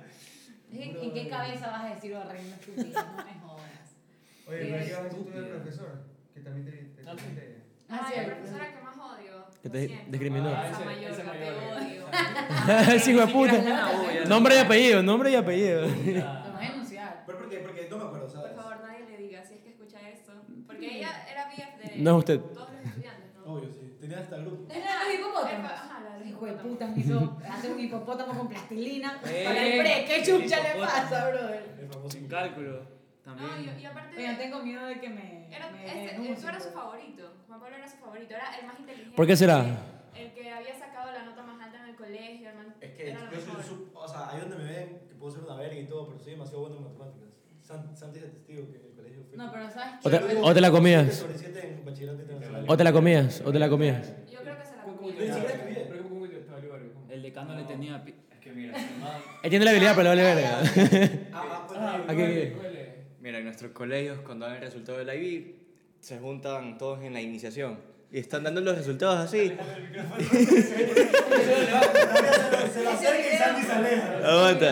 S2: Dije, ¿En qué cabeza vas a decir horrendo estúpido? No me jodas.
S7: Oye,
S2: Sí,
S7: pero
S2: es
S7: ¿qué vas a decir tú del
S3: estúpido.
S7: profesor? Que también te. te-
S1: Ah, sí.
S7: te-
S2: Ah,
S5: Ay,
S2: sí,
S5: la
S2: el-
S5: profesora que más odio.
S6: Que
S5: Lo
S6: te
S5: siento.
S6: discriminó.
S1: Ah,
S5: Esa
S1: ese-
S5: mayor,
S1: ese
S5: te
S1: Mallorca.
S5: odio.
S6: Sí, hijo de
S3: Ni
S6: puta.
S3: siquiera es una olla.
S6: Nombre y apellido, nombre y apellido.
S2: Lo vas a denunciar.
S4: Pero porque, porque no me acuerdo, ¿sabes?
S5: Por favor, nadie le diga si es que escucha esto. Porque ella era BF de
S6: No, usted.
S5: todos los estudiantes, ¿no?
S4: Obvio, sí. Tenía hasta grupo.
S2: Es la de los hipopótamos.
S5: Ajá, la de los
S2: Hijo de
S5: hipopótamos.
S2: puta, me hizo hacer un hipopótamo con plastilina
S3: Eh,
S2: para el pre. ¿Qué chucha le
S3: hipopótamo.
S2: pasa, brother?
S4: El famoso.
S1: Sin cálculo.
S5: No, y, y
S3: También.
S5: aparte.
S2: Oigan, tengo miedo de que me.
S5: Era,
S2: me pues.
S5: este,
S2: denuncien,
S5: tú eras su
S2: pero-
S5: favorito. Juan Pablo era su favorito. Era el más inteligente.
S6: ¿Por qué será?
S5: El, el que había sacado la nota más alta en el colegio, hermano.
S4: Es que
S5: era lo
S4: yo soy
S5: mejor.
S4: su- o sea, ahí donde me ven, que puedo ser una verga y todo, pero soy demasiado bueno en matemáticas. San- Santi es el testigo que en el colegio fue.
S2: No, pero ¿sabes
S6: O te,
S2: qué?
S6: o te la comías.
S4: Sobre siete en bachillerato internacional. Ah,
S6: O te la comías. O te la comías.
S5: Yo creo que se la
S1: ¿Cómo-
S5: comió.
S1: cómo
S4: Ni
S1: te-
S4: siquiera estudié.
S1: pero ¿cómo- cómo te- estaba Olivario? ¿Cómo?
S3: El decano le tenía. pi-
S8: Es que mira, hermano,
S6: Él tiene la habilidad, pero le vale verga.
S4: Ah,
S1: Ah,
S4: ah,
S6: Aquí.
S1: huele, huele.
S9: Mira, en nuestros colegios, cuando dan el resultado del IB, se juntan todos en la iniciación. Y están dando los resultados así.
S4: pues, se la acerca y Santi se aleja.
S9: Aguanta.
S2: Lo vamos a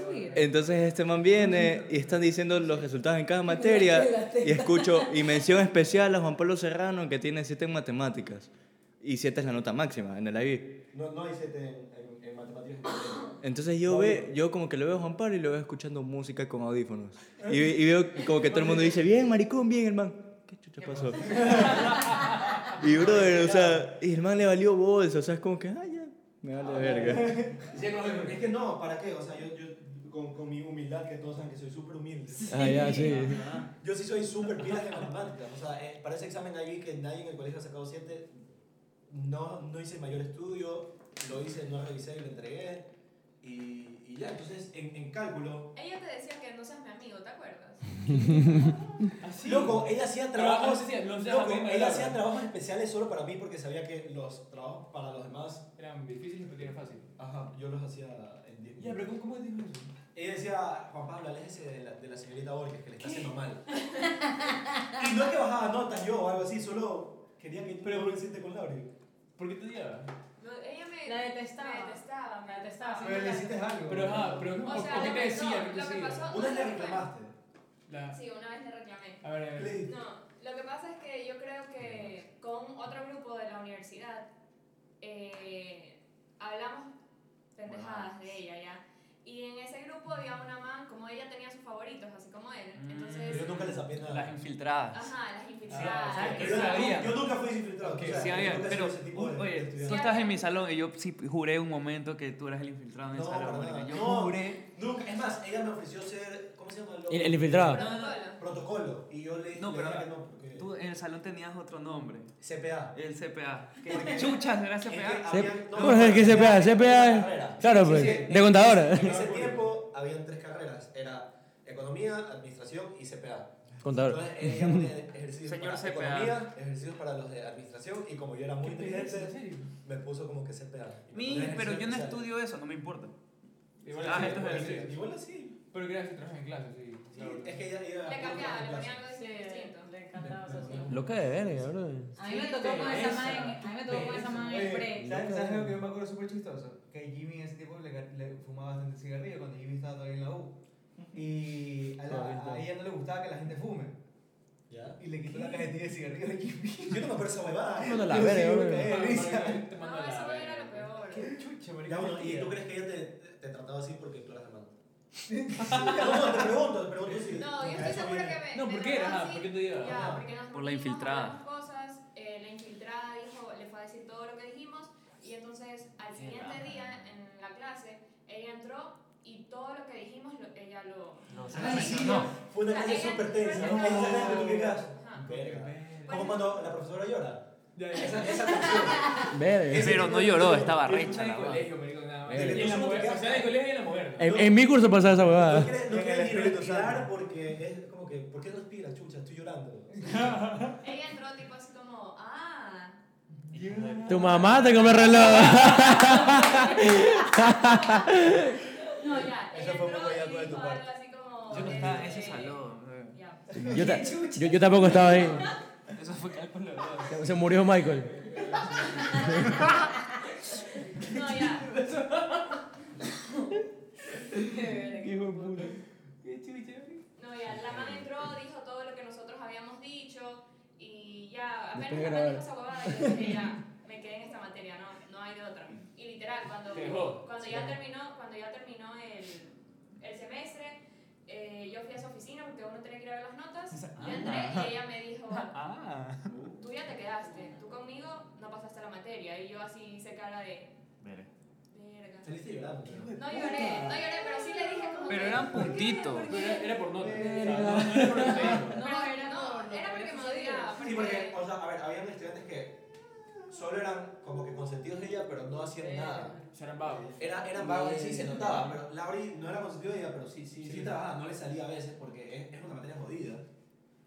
S6: Eh,
S2: subir.
S9: Entonces este man viene y están diciendo los resultados en cada materia. Y escucho, y mención especial a Juan Pablo Serrano, que tiene 7 en matemáticas. Y 7 es la nota máxima en el IB.
S4: No, no hay siete en, en, en matemáticas.
S9: Entonces yo, ve, yo como que lo veo a Juan Pablo y lo veo escuchando música con audífonos.
S4: Ah.
S9: Y, ve- y veo como que todo el mundo dice, bien, maricón, bien, el man. ¿Qué chucha pasó? Y brother, o sea, y el man le valió bolsa. O sea, es como que, ah, ya, me vale verga.
S1: Sí, no,
S4: Es que no, ¿para qué? O sea, yo, yo con, con mi humildad, que todos saben que soy súper humilde.
S6: Ah, ya, sí.
S3: Ah.
S4: Yo sí soy súper pilas en matemáticas. O sea, eh, para ese examen ahí vi que nadie en el colegio ha sacado 7. No, no hice el mayor estudio, lo hice, no revisé y lo entregué. Y, y ya, entonces en, en cálculo.
S5: Ella te decía que no seas mi amigo, ¿te acuerdas?
S1: Así.
S4: Loco, ella hacía
S1: Trabajo,
S4: trabajos.
S1: sí, sí, los
S4: Loco, ella
S1: hacía
S4: hacía trabajos especiales solo para mí porque sabía que los trabajos para los demás,
S1: Eran difíciles, pero era fácil.
S4: ajá, yo los hacía en 10
S1: Ya, pero ¿cómo, cómo dijo eso?
S4: Ella decía, Juan Pablo, aléjese de la, de la señorita Borges, que le está haciendo mal. y no es que bajaba notas yo o algo así, solo quería que pero, lo hiciste con Laura.
S1: ¿Por qué te odiaba?
S5: No, ella me,
S2: La detestaba.
S5: me detestaba.
S2: La detestaba.
S5: Sí,
S4: Pero le hiciste algo.
S1: Pero, ajá, pero ¿por-
S5: O sea,
S1: ¿por qué
S5: lo
S1: te
S5: que-
S1: decía?
S5: no,
S1: ¿Qué te
S5: lo que
S1: decía?
S5: pasó-
S4: Una vez le reclamaste.
S1: La-
S5: Sí, una vez le reclamé.
S1: A ver, a ver.
S4: Le dijiste,
S5: No, lo que pasa es que yo creo que con otro grupo de la universidad eh, hablamos pendejadas de ella ya. Y en ese grupo había una man, como ella tenía sus favoritos, así como él.
S3: Mm,
S4: pero yo
S5: Entonces,
S4: nunca le sabía
S3: Las
S4: nada.
S3: infiltradas.
S5: ajá, las
S1: Ah,
S5: infiltradas.
S1: sí.
S4: Yo,
S3: Sí,
S4: nu-
S3: había.
S4: yo nunca fui infiltrado.
S1: Ok,
S4: o sea,
S3: Sí,
S4: yo
S3: había,
S4: nunca he sido
S3: pero.
S4: ese tipo de- de
S3: Oye, tú
S4: estudiante.
S3: estabas en mi salón y yo sí juré un momento que tú eras el infiltrado en el
S4: No,
S3: salón,
S4: para
S3: marica.
S4: nada.
S3: Yo
S4: No.
S3: juré.
S4: Nunca, es más, ella me ofreció ser. ¿Cómo se llama? loco?
S6: El, el infiltrado.
S5: Protocolo.
S4: Protocolo. Y yo le,
S3: No,
S4: le
S3: pero-
S4: dije que no, porque.
S3: Tú en el salón tenías otro nombre.
S4: CPA.
S3: El CPA.
S4: Porque-
S3: Chuchas, era
S4: Es que
S3: CPA.
S4: había-
S6: Sep-
S4: no,
S6: ¿Cómo es que CPA?
S4: era
S6: CPA
S4: una carrera.
S6: Claro,
S4: Sí,
S6: pues,
S4: sí,
S6: de contadora.
S4: En ese tiempo habían tres carreras, era economía, administración y CPA.
S6: Contador.
S4: Entonces, era un ejercicio
S3: Señor
S4: para
S3: CPA.
S4: economía, ejercicios para los de administración y como yo era muy
S1: ¿Qué te dices? ¿En
S4: inteligente,
S1: serio?
S4: me puso como que CPA. Y me
S3: Mi,
S4: ponía en
S3: pero yo no
S4: ejercicios
S3: estudio eso, no me importa.
S1: Igual
S3: Ah,
S1: así,
S3: esto es
S1: igual
S3: así.
S1: así.
S4: especiales. Igual así.
S1: Pero que era así, trabajo en clase, sí.
S4: Sí,
S1: la verdad.
S4: es que ella iba
S5: Le
S4: iba
S5: cambiaba, le
S4: a clase.
S5: ponía algo
S2: Sí,
S5: distinto.
S2: le encantaba esa
S4: Sí.
S2: opción.
S6: Loca de verga, bro.
S2: A mí me tocó con esa
S1: Esa,
S2: man, en- a mí me tocó con esa man en
S7: Oye,
S2: pre.
S7: ¿Sabes sabes algo que yo me acuerdo súper chistoso? Que Jimmy en ese tiempo le, le fumaba bastante cigarrillo cuando Jimmy estaba todavía en la U. Y a, la- a ella no le gustaba que la gente fume.
S4: ¿Ya?
S7: Y le quitó la cajetilla de cigarrillos a Jimmy.
S4: Yo no me acuerdo esa huevada.
S6: Vámonos a la verga, bro.
S1: Ah,
S7: Eh, risa.
S1: marica, te mando
S5: No,
S1: a la
S5: eso no
S1: verga.
S5: era lo peor.
S7: Qué chucha, marica.
S4: Ya, bueno, ¿Y tú
S7: Mentira.
S4: crees que ella te, te trataba así porque tú eras hermano? no, no, te pregunto, te pregunto si.
S5: No, yo
S4: porque
S5: estoy
S4: eso
S5: segura
S4: viene.
S5: que me.
S1: No,
S5: me
S1: ¿por qué?
S5: trataba
S1: Ajá,
S5: así.
S1: ¿por qué te Ah. digo?
S5: Ya,
S1: Ajá.
S5: porque nos
S3: Por la
S5: reunimos,
S3: infiltrada.
S5: hablamos Cosas, eh, la infiltrada dijo, le fue a decir todo lo que dijimos y entonces al siguiente día en la clase ella entró y todo lo que dijimos lo- ella lo...
S3: No, se
S4: Ay, sí,
S3: no.
S4: Fue una
S5: O sea,
S4: clase
S5: ella-
S4: súper tensa. ¿no?
S5: no.
S4: Ahí se ve que tú te quedas.
S5: Ajá.
S4: Verga.
S5: Bueno.
S4: Como cuando la profesora llora.
S1: Ya, ya.
S4: Esa, esa canción.
S6: Verga.
S3: Pero no lloró, estaba
S1: Eso está
S3: recha
S1: en
S3: la
S1: el
S3: verdad.
S1: colegio, marico, nada más.
S6: Eh,
S1: En la
S4: eso no te
S1: mujer-
S4: queda.
S1: O sea, en el colegio y en la mujer.
S6: En, en mi curso pasaba esa
S4: No
S6: huevada.
S4: quieres no
S7: En el
S4: quieres ni
S7: Espíritu
S4: respirar
S7: Santo.
S4: porque es como que, ¿por qué no respiras, chucha? Estoy llorando.
S5: Ella entró tipo así como, ah,
S6: Tu mamá te come reloj.
S5: no, ya.
S4: Eso
S5: Ella
S4: fue muy
S5: entró y
S4: guayado de tu
S5: dijo
S4: parte.
S5: algo así como...
S3: Yo no estaba en
S5: este,
S3: ese salón. bro.
S5: Ya.
S6: Yo, ta- yo, yo tampoco estaba ahí.
S3: Eso fue cálculo de dos.
S6: Se, se murió Michael.
S5: No, ya. No, ya, la man entró, dijo todo lo que nosotros habíamos dicho y ya, apenas
S6: Después de
S5: la man
S6: grabar.
S5: dijo esa huevada, yo dije, ya, me quedé en esta materia, no, no hay de otra. Y literal, cuando,
S1: Te dejó.
S5: cuando, ya, terminó, cuando ya terminó el, el semestre, eh, yo fui a su oficina porque uno tenía que ir a ver las notas, yo entré y ella me dijo,
S3: Ah.
S5: tú ya te quedaste, tú conmigo no pasaste la materia. Y yo así hice cara de, verga.
S4: Saliste llorando.
S5: No lloré, no lloré, pero sí le dije como
S3: Pero
S5: que-
S3: eran puntitos.
S1: Pero era- era por nota. O sea, no- no era por el colegio.
S5: No, era, no, era porque me odiaba.
S4: Sí, porque, o sea, a ver, habían estudiantes que solo eran como que consentidos de ella, pero no hacían nada.
S1: O sea, eran vagos.
S4: Era, eran vagos y sí se notaba, pero Lauri no era consentida de ella, pero sí, sí, sí, trabajaba, no le salía a veces porque es, es una materia jodida.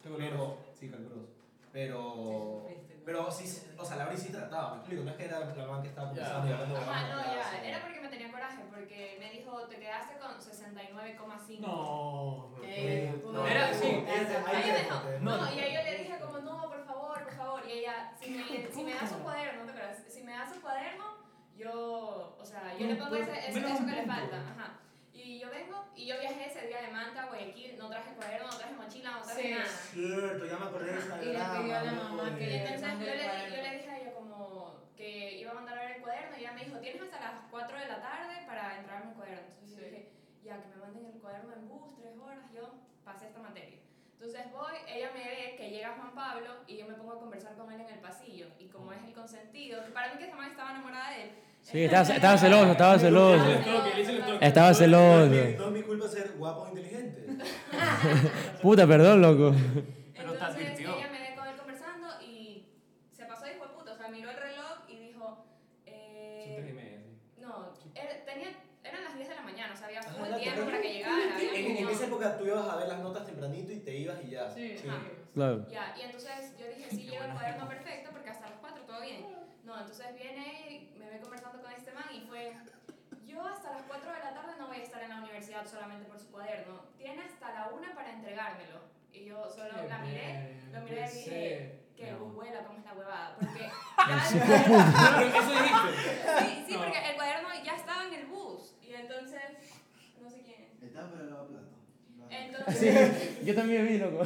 S4: Pero, sí, calculos. Pero, pero sí, se- o sea, Lauri sí trataba, me explico, no es que era la man que estaba conversando y hablando.
S5: Ajá, no,
S4: huevadas,
S5: ya,
S4: o-
S5: era porque me tenía coraje, porque me dijo, te quedaste con 69,5.
S1: No.
S2: Eh,
S1: No, era así.
S5: Y ella me dijo,
S1: No.
S5: no, y ahí yo le dije como, no, por favor, por favor. Y ella, si me, si me das un cuaderno, ¿te acuerdas? Si me das un cuaderno, yo, o sea, yo le pongo ese, ese-
S1: Menos
S5: eso
S1: un
S5: que le
S1: punto.
S5: falta. Ajá. Y yo vengo, y yo viajé ese día de Manta a Guayaquil, no traje cuaderno, no traje mochila, no traje
S2: Sí.
S5: nada.
S4: Cierto, ya me acordé de esa
S2: Y le pidió a la
S4: broma,
S2: mamá que
S5: Y
S2: le
S4: brother.
S5: entonces yo
S2: Mandé
S5: le,
S2: el
S5: di-
S2: cuaderno.
S5: yo le dije a ella como que iba a mandar a ver el cuaderno y ella me dijo, tienes hasta las 4 de la tarde para entregarme el cuaderno. Entonces yo dije, ya que me manden el cuaderno en bus, 3 horas, yo pasé esta materia. Entonces voy, ella me ve que llega Juan Pablo y yo me pongo a conversar con él en el pasillo. Y como es el consentido, para mí que esta man estaba enamorada de él.
S6: Sí, estaba, estaba celoso, estaba celoso. Estaba celoso.
S4: No es mi culpa ser guapo o inteligente.
S6: Puta, perdón, loco.
S5: Pero te advirtió. Ella me ve con él conversando y se pasó y fue puto. O sea, miró el reloj y dijo.
S1: Son tres y
S5: Eh,
S1: media, sí.
S5: no, era- tenía, eran las 10 de la mañana, o sea, había
S4: Ajá,
S5: full
S4: la
S5: tiempo
S4: correcta.
S5: para que llegara. había
S4: En, en
S5: reunión.
S4: esa época tú ibas a ver las notas tempranito y te ibas y ya.
S2: Sí.
S5: Ajá.
S6: Claro.
S5: Ya, y entonces yo dije, sí, llego el cuaderno perfecto porque hasta las 4 todo bien. No, entonces viene, me ve conversando con este man y fue, yo hasta las 4 de la tarde no voy a estar en la universidad solamente por su cuaderno. Tiene hasta la 1 para entregármelo. Y yo solo la miré, lo miré y dije, que
S3: No.
S5: huela, cómo es la huevada. Porque
S1: Eso dijiste.
S5: sí, sí,
S1: No.
S5: porque el cuaderno ya estaba en el bus. Y entonces, no sé quién es.
S10: Estaba por el lado plato.
S5: Entonces...
S6: Yo también vi, loco.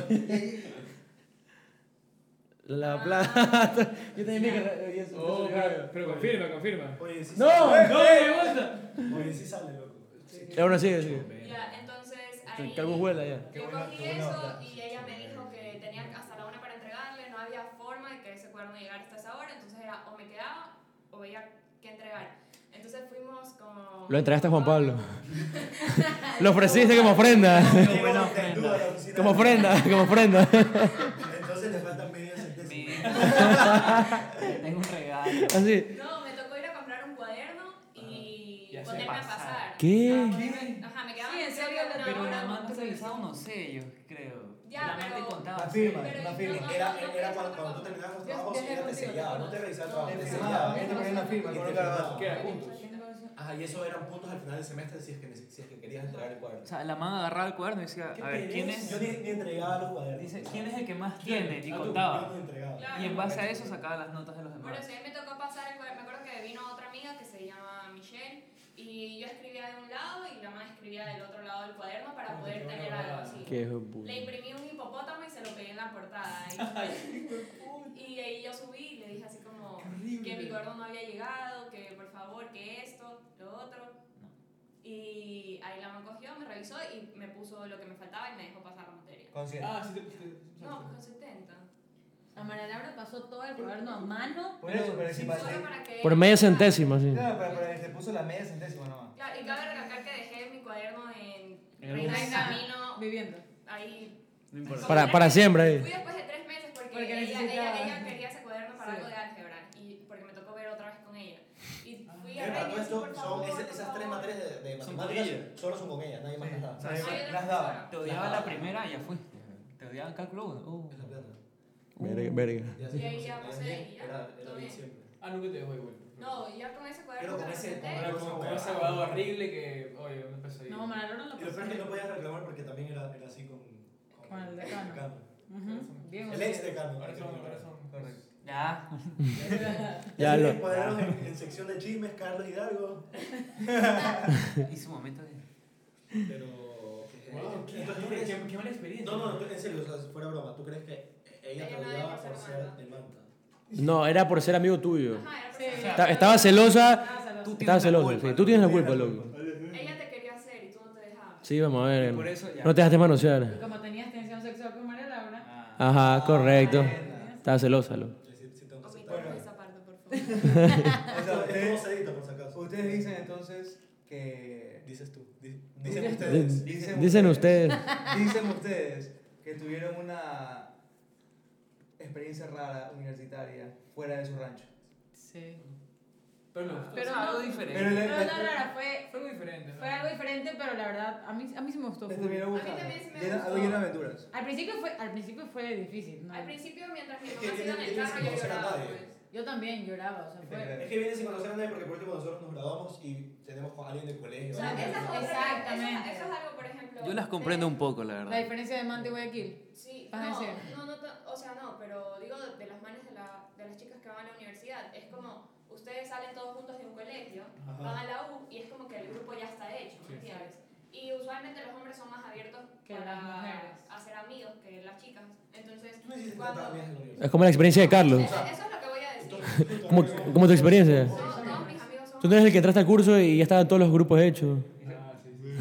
S6: La plata. Yo también vi que. eso-
S1: Oh, pero,
S6: eso llegaba.
S1: pero confirma, confirma.
S4: Oye, sí
S6: ¡No!
S4: sale.
S1: ¡No, me gusta!
S4: Oye, sí sale, loco.
S6: Y ahora sigue, sigue.
S5: Ya, entonces ahí
S6: El calvo vuela ya.
S5: yo
S4: buena-
S5: cogí
S4: qué buena
S5: eso
S4: onda.
S5: y ella me dijo que tenía hasta la una para entregarle, no había forma de que ese cuaderno llegara hasta esa hora, entonces era o me quedaba o veía que entregar. Entonces fuimos como...
S6: Lo entregaste a Juan Pablo. Lo ofreciste como ofrenda.
S4: Qué buena ofrenda.
S6: Como ofrenda, como ofrenda.
S4: Entonces le faltan media centésima.
S3: Tengo un regalo.
S6: Así.
S5: No, me tocó ir a comprar un cuaderno y
S1: Ya sé,
S5: ponerme a
S3: pasar.
S5: pasar.
S6: ¿Qué?
S5: O sea, ponerme- Ajá, me quedaba
S2: Sí, en serio,
S5: una
S3: Pero
S5: hora
S3: la amante
S5: como
S3: revisaba unos sellos, creo.
S5: Ya,
S3: la amante
S5: pero-
S3: contaba.
S1: Ah,
S4: La firma,
S5: Pero
S4: la
S5: yo
S4: firma.
S5: no-
S4: Era,
S5: no- no
S4: era
S5: pensé
S4: cuando,
S5: otra
S4: cuando tú
S5: cosa.
S4: terminabas los
S2: Yo-
S4: trabajos,
S2: yo
S4: ella te
S2: contigo,
S4: sellaba. No te revisaba el trabajo,
S7: Te
S4: te
S7: firmaba,
S4: sellaba.
S7: te ponían la firma,
S4: Y
S7: con
S4: te
S7: un grabado.
S4: firmaba.
S1: Queda puntos.
S4: Ajá, y eso eran puntos al final del semestre si es que, si es que querías entregar el cuaderno.
S3: O sea, la man agarraba el cuaderno y decía, a ver, ¿quién es?
S4: Yo ni, ni entregaba los cuadernos.
S3: Dice, ¿quién es el que más tiene? Y
S4: Ah, tú,
S3: contaba.
S4: yo no entregaba.
S5: Claro.
S3: Y en base a eso sacaba las notas de los
S5: Bueno,
S3: demás.
S5: sí, me tocó pasar el cuaderno. Me acuerdo que vino otra amiga que se llama Michelle y yo escribía de un lado y la mamá escribía del otro lado del cuaderno para poder tener algo así.
S6: Qué hijo de
S5: Le
S6: puta.
S5: imprimí un hipopótamo y se lo pegué en la portada. Y, y ahí yo subí y le dije así como que mi cuaderno no había llegado, que por favor, que esto, lo otro. Y ahí la mamá cogió, me revisó y me puso lo que me faltaba y me dejó pasar la materia.
S7: Consciente.
S1: Ah, sí, te pusiste.
S5: No, pues con 70.
S2: A María Laura pasó todo el cuaderno a mano.
S7: Por eso, pero si pasa.
S5: Solo para que
S6: Por media centésima, sí.
S7: Claro, pero, pero te puso la media centésima nomás.
S5: Claro, y cabe recalcar que dejé mi cuaderno en
S1: En el
S5: Reina
S1: bus.
S5: del Camino,
S2: Viviendo.
S5: ahí.
S3: No importa.
S6: Para, para siempre
S5: Fui
S6: ahí.
S5: después de tres meses porque,
S2: Porque
S5: ella,
S2: necesitaba.
S5: ella, ella quería ese cuaderno para
S2: Sí.
S5: algo de álgebra y porque me tocó ver otra vez con ella. Y
S2: Ah.
S5: fui a
S4: Pero para todo
S5: Reina y así,
S4: esto, son
S5: por favor,
S4: ese-
S5: por
S4: esas
S5: favor.
S4: tres materias de, de
S3: Son
S4: matemáticas
S3: con ella.
S4: solo son con ella, nadie más las da.
S7: Sí.
S5: Ay,
S7: Las daba.
S3: Te odiaba la primera y ya fuiste. Te odiaba el cálculo uno. Uh.
S4: Es la plata.
S6: Verga, verga.
S4: Ya
S5: Y ahí
S4: sé.
S5: ya pasé y ya.
S4: Era, era
S5: todo
S4: bien
S5: bien.
S4: siempre.
S1: Ah, nunca te dejó igual.
S5: No, eh. y ya con ese
S4: Pero
S5: cuaderno
S4: con
S5: que
S4: ese-
S5: presenté,
S1: Era como un salvador horrible que. Oye, una pesadilla.
S2: No, María Laura lo
S4: Y lo
S2: pasó.
S4: peor es que no podías reclamar porque también era, era así con,
S2: Con el decano. Ujú, Bien.
S4: El este. ex decano.
S1: Ahora son, ahora son.
S7: Correcto.
S3: Ya.
S6: Ya lo-
S4: Cuadernos en, en sección de chismes, Carlos Hidalgo.
S3: Y su momento de.
S4: Pero.
S1: Wow, qué, qué, qué- qué mala experiencia.
S4: No, no, tú- en serio, o sea, si fuera broma, ¿tú crees que ella te
S5: Ella no
S4: odiaba
S5: debe
S4: por
S5: ser
S4: ser
S5: manta.
S4: de manta?
S6: No, era por ser amigo tuyo.
S5: Ajá, era
S2: Sí.
S5: presentar.
S6: Esta- Estaba celosa.
S2: Ah, se lo-
S3: Tú
S6: Estaba
S3: tienes la
S6: celosa.
S3: culpa,
S6: Sí,
S3: ¿no?
S6: tú tienes la culpa, loco.
S5: Ella te quería hacer y tú no te dejabas.
S6: Sí, vamos a
S3: Y por
S6: ver.
S3: eso ya.
S6: No te dejaste manosear.
S2: Como tenías tensión sexual con María Laura.
S3: Ah.
S6: Ajá, correcto. Estaba celosa, loco.
S4: Sí, sí, sí, tengo que
S5: Omitamos
S4: aceptarlo.
S5: esa parte, por favor.
S7: O
S4: Esto-
S7: sea,
S4: esto no
S7: ustedes,
S4: se edita, por si acaso.
S7: ustedes dicen entonces que.
S4: Dices tú. di-
S7: No.
S4: Dicen
S7: Di-
S4: ustedes.
S6: Dicen ustedes.
S7: Dicen ustedes que tuvieron una experiencia rara universitaria fuera de su rancho.
S2: Sí.
S1: Pero me gustó.
S2: Pero
S3: O sea,
S2: no-
S3: algo diferente.
S7: Pero
S2: Pero
S7: le-
S2: no,
S7: le-
S2: Laura, fue,
S1: Fue algo diferente. ¿no?
S2: fue algo diferente, pero la verdad, a mí, a mí sí me gustó.
S3: Este
S7: Les
S2: full.
S7: terminó
S5: mí
S7: gustando.
S5: también sí me
S7: Llena-
S5: gustó.
S7: Algo lleno de aventuras.
S2: Al principio fue, al principio fue difícil, ¿no?
S5: Al principio, mientras mi
S4: Es
S5: mamá
S4: que
S5: se iba en el
S4: tienes que
S5: carro, yo
S4: conocer a
S5: lloraba.
S4: nadie.
S5: pues.
S2: Yo también lloraba, o sea, fue...
S4: Es que viene sin conocer a nadie porque por último nosotros nos graduamos y tenemos con alguien del colegio.
S5: O sea,
S4: alguien del
S5: esas
S4: trabajo.
S5: cosas,
S2: Exactamente.
S5: Eso, eso es algo, por ejemplo.
S3: Yo las comprendo
S5: de-
S3: un poco, la
S2: La
S3: verdad.
S2: diferencia de Mante y Guayaquil.
S5: Sí,
S2: Vas a
S5: no,
S2: decir.
S5: no, no, ta- o sea, no, pero digo de, de las manes de, la, de las chicas que van a la universidad. Es como, ustedes salen todos juntos de un colegio,
S4: Ajá.
S5: van a la U y es como que el grupo ya está hecho, ¿me entiendes? Y usualmente los hombres son más abiertos
S2: Que
S5: para
S2: las mujeres.
S5: hacer amigos que las chicas. Entonces,
S4: Tú no hiciste
S5: cuando.
S4: tantas amigas en la universidad.
S6: Es como la experiencia de Carlos.
S5: Eso, eso es lo que voy a decir.
S6: ¿Cómo, cómo tu experiencia?
S5: Todos, todos mis amigos son.
S6: Tú no eres el que entraste al curso y ya estaban todos los grupos hechos.
S1: Ah, sí, sí.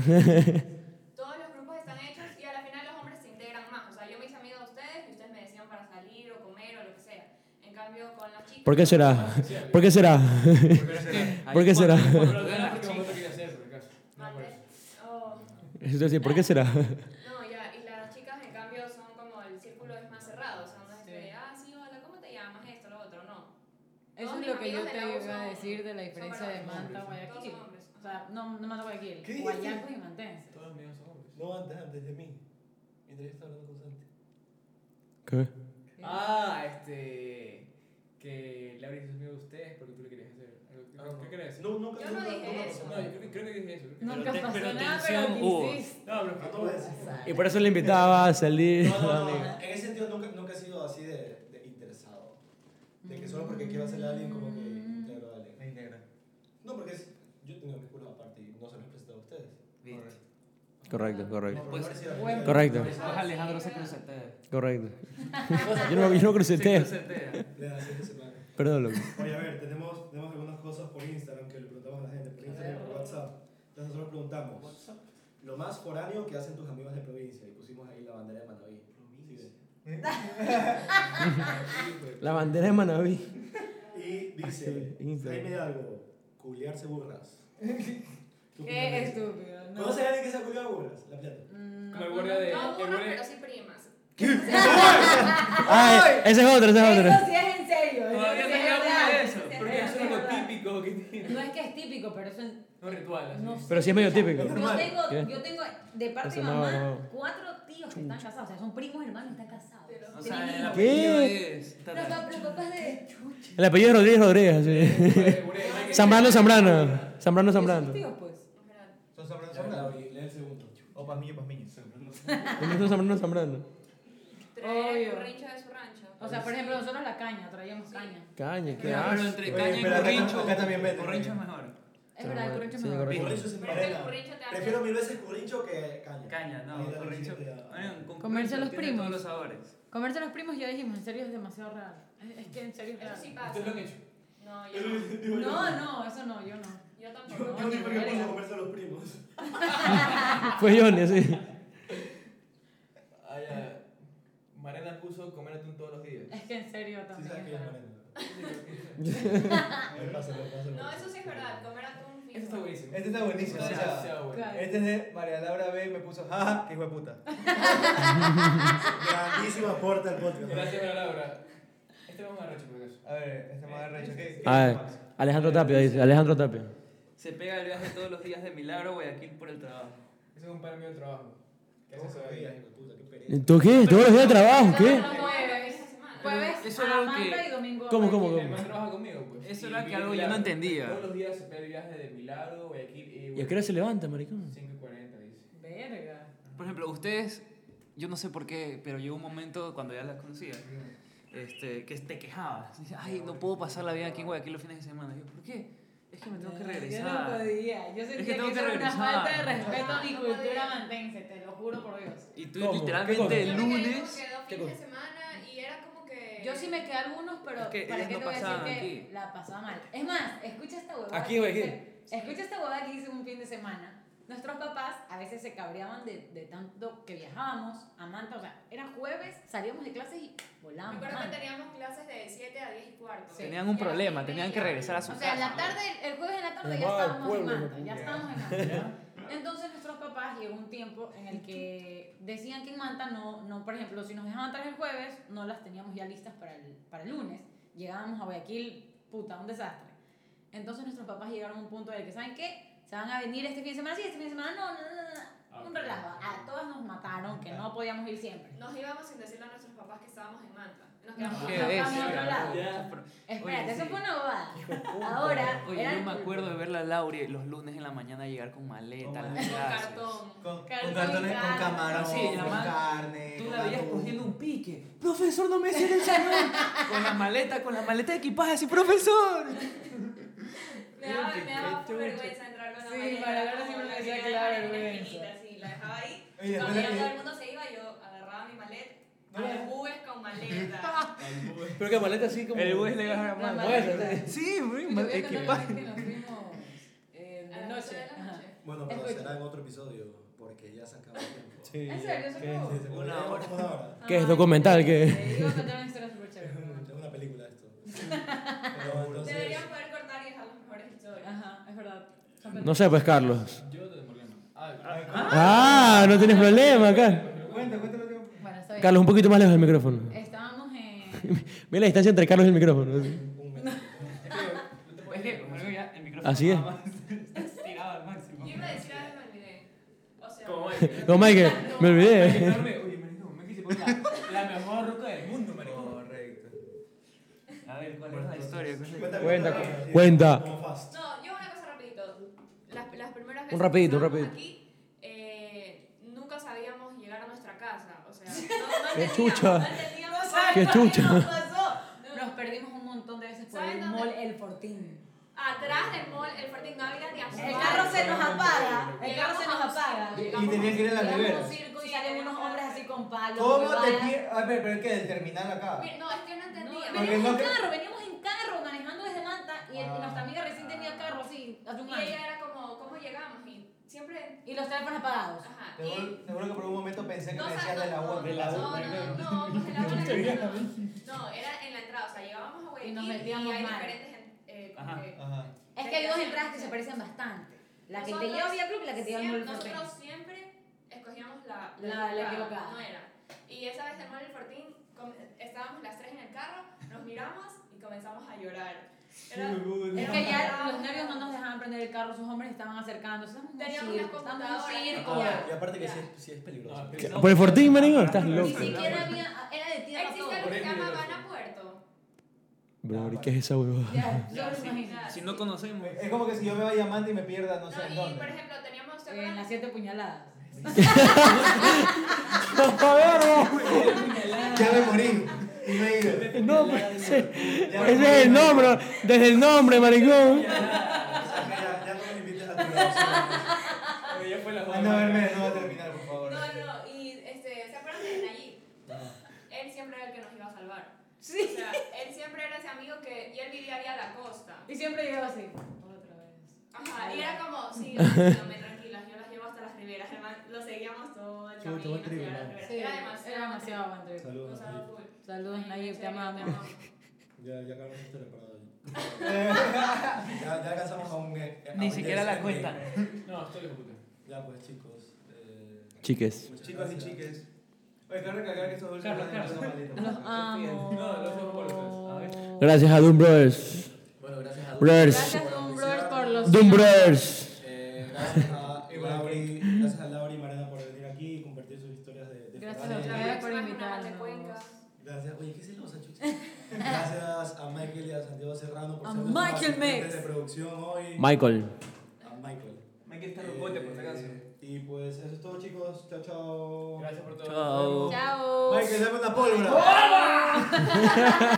S5: Todos los grupos están hechos y a la final los hombres se integran más. O sea, yo me cambio con las chicas.
S6: ¿Por qué será? ¿Por qué será? ¿Por qué será?
S1: Pero no era porque vosotros querías hacer, por acaso. No, pues. por
S5: Mate.
S1: eso.
S5: Oh.
S6: Eso decir, ¿por qué será?
S5: No, ya, y las chicas en cambio son como el círculo es más cerrado, o sea, no es de, ah, sí, hola, ¿cómo te llamas? Esto, lo otro, no.
S2: Eso
S5: Todos
S2: es
S5: mis
S2: lo que yo
S5: amigos de la U
S2: te iba a
S5: son-
S2: decir de la
S5: son
S2: diferencia de
S5: varones.
S2: Manta
S5: Todos
S2: Guayaquil.
S5: son hombres.
S2: O sea, no, no Manta Guayaquil.
S7: ¿Qué dijiste?
S2: Guayacos y mantense.
S1: Todos los míos son hombres.
S7: No antes, antes de mí. Mientras yo estaba hablando con Santi.
S6: ¿Qué?
S1: Ah, este. Que Laura hizo amigo de ustedes porque tú le querías hacer. algo. ¿Qué crees?
S7: No, nunca
S5: Yo no
S7: nunca-
S5: dije
S7: nunca
S5: eso.
S7: pasó
S1: No,
S7: nada.
S1: yo creo, creo que dije eso. creo que-
S2: Nunca
S3: te-
S2: pasó
S3: pero
S2: nada, pero
S3: tensión hubo.
S2: que hiciste.
S1: No, pero
S4: No te voy a decir.
S6: Y por eso le invitaba a salir.
S4: No, no, no, En ese sentido nunca, nunca he sido así de, de interesado. De que solo porque quiero hacerle a alguien como que integro a alguien.
S7: Me integra.
S4: No, porque es, yo tengo mi culo aparte y no se los he prestado a ustedes.
S3: Viste.
S6: Correcto, correcto.
S4: No, pero no he sido
S2: Bueno.
S4: así.
S6: Correcto,
S3: Ojalá Alejandro se crucetea.
S6: correcto. Yo no, yo no cruceté.
S3: crucetea.
S4: Le da siete semanas.
S6: Perdón, loco.
S10: Oye, a ver, tenemos, tenemos algunas cosas por Instagram que le preguntamos a la gente, por Instagram y por WhatsApp. Entonces nosotros preguntamos,
S4: Lo más foráneo que hacen tus amigos de provincia. Y pusimos ahí la bandera de Manaví. ¿Provincia?
S6: La bandera de Manaví.
S4: Y dice,
S6: Instagram.
S4: Jaime Hidalgo, culiarse burras. ¿Tú
S2: Qué
S4: culiarías?
S2: estúpido. No.
S4: ¿Conoces a alguien que se ha culiado burras? La plata.
S2: Mm,
S1: Como el guardia de.
S5: No
S1: el
S5: burros,
S1: guardia-
S5: pero sí primas.
S6: Ah, ese es otro, ese es
S2: Eso
S6: otro.
S2: sí es en serio. eso
S3: Todavía
S2: sí
S3: no
S2: es
S3: hablamos
S2: real,
S3: de
S2: eso
S3: eso,
S2: sí es
S1: Porque
S2: real,
S1: eso es
S2: sí es
S1: algo
S2: verdad.
S1: típico que tiene.
S2: No es que es típico, pero eso en-
S1: No ritual. así.
S2: no
S6: Pero
S2: sé,
S6: sí es medio
S2: o sea,
S6: típico.
S2: Yo tengo, yo tengo de parte de
S6: Eso no,
S2: mamá
S6: no.
S2: cuatro tíos que están casados, o sea, son primos hermanos que están casados.
S3: O sea, el
S2: Primos.
S3: apellido es.
S2: Los pap- los papás de chucha.
S6: El apellido es Rodríguez Rodríguez. así.
S1: El guardia de Mike-
S6: Zambrano, Zambrano. Zambrano,
S2: Esos
S6: Zambrano.
S2: tíos, pues.
S5: en general.
S7: ¿Son sobranos
S4: Ya,
S7: sobranos?
S4: Lauri, lee el segundo.
S7: O pasmillo, pasmillo.
S6: Zambrano, Zambrano, Zambrano.
S5: Traer
S2: Obvio.
S5: rancho de su rancho.
S2: O sea, por ejemplo, nosotros la caña, traíamos caña.
S6: Caña, qué
S3: Ya, Pero
S6: asco.
S3: entre
S7: Oye,
S3: caña y
S7: pero acá
S3: corrincho.
S7: acá también venden.
S3: Corrincho es mejor.
S2: Es verdad, el correcto es
S6: Sí,
S2: mejor.
S6: correcto.
S4: Corrincho es en
S5: Pero el
S4: Varela.
S5: currincho te hace-
S4: Prefiero mil veces currincho que caña.
S3: Caña,
S4: Ahí
S3: no,
S4: dale
S3: corrincho.
S4: chiste a-
S3: Bueno,
S2: Comerse
S3: con corrincho
S2: los
S3: tiene
S2: primos.
S3: Todos los sabores.
S2: Comerse a los primos, ya dijimos, en serio es demasiado raro. Es, es que en serio es
S5: Eso
S2: raro.
S5: sí
S1: Ustedes lo han
S5: pasa.
S1: hecho.
S5: No, yo no.
S2: No, no, eso no, yo no.
S5: Yo tampoco.
S10: yo
S2: no,
S10: no tipo que
S2: no,
S10: puedo
S2: no.
S10: comerse a los primos.
S6: Fue Johnny, así.
S1: Ah, ya. Mariana puso comer atún todos los días.
S2: Es que en serio
S4: Sí sabes
S2: también.
S4: que
S2: es
S4: es
S2: raro.
S4: Varela. Ahí pásalo, pásalo.
S5: No, eso sí es verdad. Comer atún fijo.
S1: Eso está buenísimo.
S7: Este está buenísimo. o sea,
S1: Demasiado bueno.
S2: Claro.
S7: este es de María Laura B. y me puso, jaja, qué hijo de puta.
S10: Grandísimo aporte al podcast.
S1: Gracias, María Laura. Este vamos a arrecho por eso.
S7: A ver, este más arrecho. ¿Qué, qué
S6: A ver,
S7: más?
S6: Alejandro Tapia dice, Alejandro Tapia.
S3: Se pega el viaje todos los días de Milagro a Guayaquil por el trabajo.
S1: Ese es un par mío de trabajo. ¿Qué haces
S4: Gracias a
S1: todavía?
S4: Dios, Oh, hijo de puta, qué pereza.
S6: ¿Tú qué? ¿Todos los días de trabajo? ¿Qué?
S2: No, no, jueves. Jueves,
S3: Eso era lo
S2: Amanda
S3: que-
S2: y domingo.
S6: ¿Cómo, cómo,
S1: El
S6: cómo?
S1: man trabaja conmigo, pues.
S3: Eso
S1: Y
S3: era
S1: vive
S3: que algo yo
S1: en
S3: no
S1: Milagro.
S3: entendía.
S1: Todos los días se pega el viaje de Milagro, Guayaquil y.
S6: ¿Y a qué hora se levanta, maricón?
S1: 5 y 40, dice.
S2: Verga.
S3: Por ejemplo, ustedes, yo no sé por qué, pero llegó un momento cuando ya las conocía, este, que te quejabas. Dices, Ay, no puedo pasar la vida aquí en Guayaquil los fines de semana. Y yo, ¿por qué? Es que me tengo que
S2: Yo no
S3: regresar.
S2: podía. Yo sentía
S3: que tengo
S2: que,
S3: que
S2: eso era una
S3: regresar.
S2: falta de respeto a
S5: Ah,
S2: mi
S5: no
S2: cultura
S5: podía.
S2: mantense, te lo juro por Dios.
S3: Y tú
S6: ¿Cómo? ¿Qué
S3: literalmente
S6: cosa?
S3: el lunes...
S5: Yo me quedé como que dos fines de semana y era como que.
S2: Yo sí me quedé algunos, pero
S3: Es que
S2: ¿para
S3: ellas
S2: qué
S3: no
S2: te voy a
S3: pasaban
S2: decir
S3: aquí.
S2: que la pasaba mal? Es más, escucha esta huevada.
S6: Aquí,
S2: que
S6: güey,
S2: hice- Escucha esta huevada que hice un fin de semana. Nuestros papás a veces se cabreaban de, de tanto que viajábamos a Manta. O sea, era jueves, salíamos de clases y
S5: Me
S2: volábamos. a
S5: acuerdo que
S2: Manta.
S5: teníamos clases de 7 a 10 y cuarto.
S2: Sí.
S3: Tenían un
S5: Y a las
S3: problema,
S5: seis y
S3: tenían que
S5: media-
S3: regresar a su
S2: O sea, en la
S3: casa.
S2: tarde, el jueves en la tarde ya
S6: Llamaba al
S2: estábamos en
S6: pueblo,
S2: Manta. Ya
S6: ya.
S2: estábamos en Manta. Entonces, nuestros papás llegó un tiempo en el que decían que en Manta no, no por ejemplo, si nos dejaban traer el jueves, no las teníamos ya listas para el, para el lunes. Llegábamos a Guayaquil, puta, un desastre. Entonces, nuestros papás llegaron a un punto en el que, ¿saben qué? Se van a venir este fin de semana, sí, este fin de semana, no, no, no, no, no. Un relajo. A todas nos mataron, que no podíamos ir siempre.
S5: Nos íbamos sin decirle a nuestros papás que estábamos en Manta. Nos quedamos
S3: ¿Qué
S5: con
S2: Nos
S3: ves?
S2: vamos a otro lado.
S3: Ya.
S2: Espérate,
S3: Oye,
S2: eso
S3: sí.
S2: fue una bobada. Ahora,
S3: Oye,
S2: eran-
S3: yo me acuerdo de ver a Laura los lunes en la mañana llegar con maleta. a las
S5: con
S3: clases.
S5: cartón.
S7: Con, con
S2: Cartón y
S7: cartones, con
S2: carne.
S7: camarón,
S3: Sí, la
S7: con
S3: man-
S7: carne.
S3: Tú
S7: con
S3: la veías
S7: atún.
S3: cogiendo un pique. Profesor, no me cierre el salón. con la maleta, con la maleta de equipaje, así, profesor.
S5: Me daba, me daba full vergüenza entrar con la
S2: Sí,
S5: maleta,
S2: para verlo siempre
S5: como la
S2: me decía
S5: tenía
S2: que daba
S5: en una
S2: vergüenza.
S5: esquinita, Sí, la dejaba ahí.
S7: Y después
S5: Cuando
S7: de
S5: ya
S7: que-
S5: todo el mundo se iba, yo agarraba mi maleta.
S7: No la-
S5: A los bubes con maleta.
S2: Ah,
S6: Pero que maleta así como...
S3: El güey le iba a
S2: La
S3: dar
S2: maleta.
S3: Sí, güey,
S2: Yo voy a contar la vez
S3: equipaje.
S2: que nos fuimos eh,
S5: A
S2: de
S5: las
S2: noche.
S5: doce de la
S2: Ajá.
S5: noche.
S4: Bueno, pero
S2: Escucha.
S4: será en otro episodio, porque ya se acabó el tiempo.
S2: ¿En serio? ¿Eso fue?
S4: Una hora. Una hora.
S6: ¿Qué es,
S2: Ay,
S6: documental,
S2: no,
S6: qué?
S5: Eh,
S2: te iba a contar una historia súper chévere.
S4: Es una película esto.
S6: No sé, pues Carlos.
S8: Yo tengo problema.
S6: Ah, no tienes problema, Carlos.
S7: Cuenta, cuéntame. tío.
S2: Bueno, está bien.
S6: Carlos, un poquito más lejos del micrófono.
S2: Estábamos en.
S6: Mira la distancia entre Carlos y el micrófono. así.
S3: Es que, como digo ya, el micrófono
S6: Así es.
S3: nada más está estirado al máximo.
S5: Yo iba a decir algo, me olvidé. O sea,
S1: Como Mike.
S6: No, Mike, me olvidé.
S1: Oye, marico, Mike se pone la- la mejor roca del mundo, marico.
S7: Correcto.
S3: A ver, ¿cuál es la historia? ¿Cuál es la-
S10: Cuenta,
S6: cuenta. Cuenta.
S10: Como fast.
S5: No, yo una cosa rapidito. Las, las primeras veces
S6: Un rapidito, un
S5: que estábamos
S6: rapidito.
S5: aquí, eh, nunca sabíamos llegar a nuestra casa. O sea, no, no
S6: Qué
S5: entendíamos,
S6: chucha.
S2: Ah,
S5: No entendíamos
S6: Qué
S5: qué
S6: chucha.
S5: nos pasó.
S2: Nos perdimos un montón de veces por
S5: ¿Saben
S2: el
S5: dónde?
S2: mall El Fortín.
S5: Atrás del mall, el Fortín no había ni
S2: El carro se nos apaga. El carro
S5: Llegamos
S2: se nos
S5: a un
S2: apaga.
S5: circo,
S7: Y tenía que ir a las
S2: Llegamos a
S7: neveras.
S2: un circo y salen unos hombres así con
S5: Ah,
S2: palos.
S7: ¿Cómo
S2: con
S7: te
S2: balas.
S7: pierdes? A ver, pero es que del terminal acá.
S5: Mira, No, es que no
S2: No,
S5: entendíamos.
S7: Porque no
S2: veníamos en
S7: te- Ah.
S2: carro, veníamos en carro manejando desde Manta y, el- y nuestra amiga recién tenía carro así, hace un
S5: Y
S2: año.
S5: ella era como, ¿cómo llegamos? Y siempre.
S2: Y los teléfonos apagados.
S5: Ajá.
S7: Te
S5: y-
S7: juro, te juro que por un momento pensé que
S5: No,
S7: me
S5: o sea,
S7: decías de la
S5: no,
S7: U.
S5: no, no, no, no, pues de la U era- No, era en la entrada, o sea, llegábamos a Guayaquil
S2: Y nos metíamos
S5: hay
S2: mal.
S5: diferentes eh, como
S3: Ajá,
S5: que-
S7: Ajá.
S2: Es que hay dos entradas que se parecen bastante. La que te
S5: Nosotros
S2: lleva a Vía Club y la que te lleva al
S5: siempre-
S2: Mall del Fortín.
S5: Nosotros siempre escogíamos la,
S2: La- la equivocada.
S5: no era. Y esa vez en Mall del Fortín com- estábamos las tres en el carro, nos miramos y comenzamos a llorar. Era-
S2: Es que ya los nervios no nos dejaban prender el carro, sus hombres estaban acercándose. Estamos en un
S5: Teníamos las
S2: circo, estamos en un
S5: computadoras.
S2: circo.
S5: Ah,
S4: Y aparte que
S5: Ya.
S4: sí, es- sí es peligroso.
S6: ¿Qué? ¿Por el Fortín, marico? Estás
S2: Ni
S6: loco.
S2: siquiera había, era de tierra
S5: Existe
S2: todo.
S5: algo que se llama Habana Puerto.
S6: Bro, ¿y qué es esa huevada?
S2: Ya,
S3: Ya,
S2: solo
S3: sí.
S2: se imagina.
S3: Si no conocemos.
S7: Es como que si yo me vaya a Manta y me pierda, no sé en
S5: No, y
S7: dónde.
S5: por ejemplo, teníamos ¿se
S2: En
S5: acuerdan?
S2: las siete puñaladas.
S5: Ah.
S7: Ya me morí. Y me he ido.
S6: No, pues, ese
S7: Ya
S6: ese
S7: me
S6: es el
S7: morí.
S6: nombre, desde el nombre, maricón.
S10: Ya ya no me invites a tu grabación.
S1: Oye, ya fue la
S7: Anda a verme de nuevo a terminar, por favor.
S5: No, no, y este, ¿se acuerdan de Nayib? Él siempre era el que nos iba a salvar. O
S2: Sí.
S5: sea, él siempre era ese amigo que. Y él vivía ahí a la costa.
S2: Y siempre llegaba así. Otra vez.
S5: Ajá, y era como, sí, tranquilame, tranquilas, yo las llevo hasta las riberas. Además, lo seguíamos todo el
S10: Chuta,
S5: camino.
S10: buen trigo,
S5: hacia las
S10: ¿no?
S5: riberas.
S2: Sí,
S5: era demasiado.
S2: era demasiado aguante.
S5: O
S10: Saludos.
S5: sea,
S10: Nayib.
S5: full.
S2: Saludos, Nayib, te
S5: Sí,
S2: amamos.
S5: te
S10: Ya, ya acabamos esta temporada.
S4: Ya, ya alcanzamos a un. eh, a
S3: Ni
S4: un
S3: siquiera la
S4: yes,
S3: cuenta.
S4: eh,
S1: No, estoy lo puta.
S10: Ya, pues chicos. eh,
S6: Chiques.
S10: muchas
S7: Chicos y
S10: gracias.
S7: chiques. Oye, quiero recalcar que estos dulces
S3: Carlos,
S7: no son
S3: Carlos.
S7: malditos.
S2: Los amo.
S1: No, los amo por ustedes.
S6: Gracias a Doom Brothers.
S4: Bueno, gracias a
S6: Brothers.
S2: Gracias, Doom Brothers, por los.
S6: Doom Brothers.
S4: Eh, gracias a
S10: Gracias a Lauri, gracias a Laura y Marena por venir aquí y compartir sus historias de, de
S2: Gracias
S10: Ferrari.
S2: otra
S5: Una
S2: vez
S5: vez
S2: por
S5: más, una
S2: invitarnos.
S5: de Cuenca.
S10: Gracias, oye, qué celosa, chucha. Gracias a Michael y a Santiago Serrano por
S2: A
S10: ser
S2: Michael
S10: nuestros asistentes
S2: Mix.
S10: de producción hoy.
S6: Michael.
S10: a Michael.
S7: Me quita rocote, por si acaso.
S10: Eh, Y pues eso es todo, chicos. Chao, chao.
S1: Gracias por todo.
S3: Chao.
S2: Chao.
S10: Michael, dame una pólvora.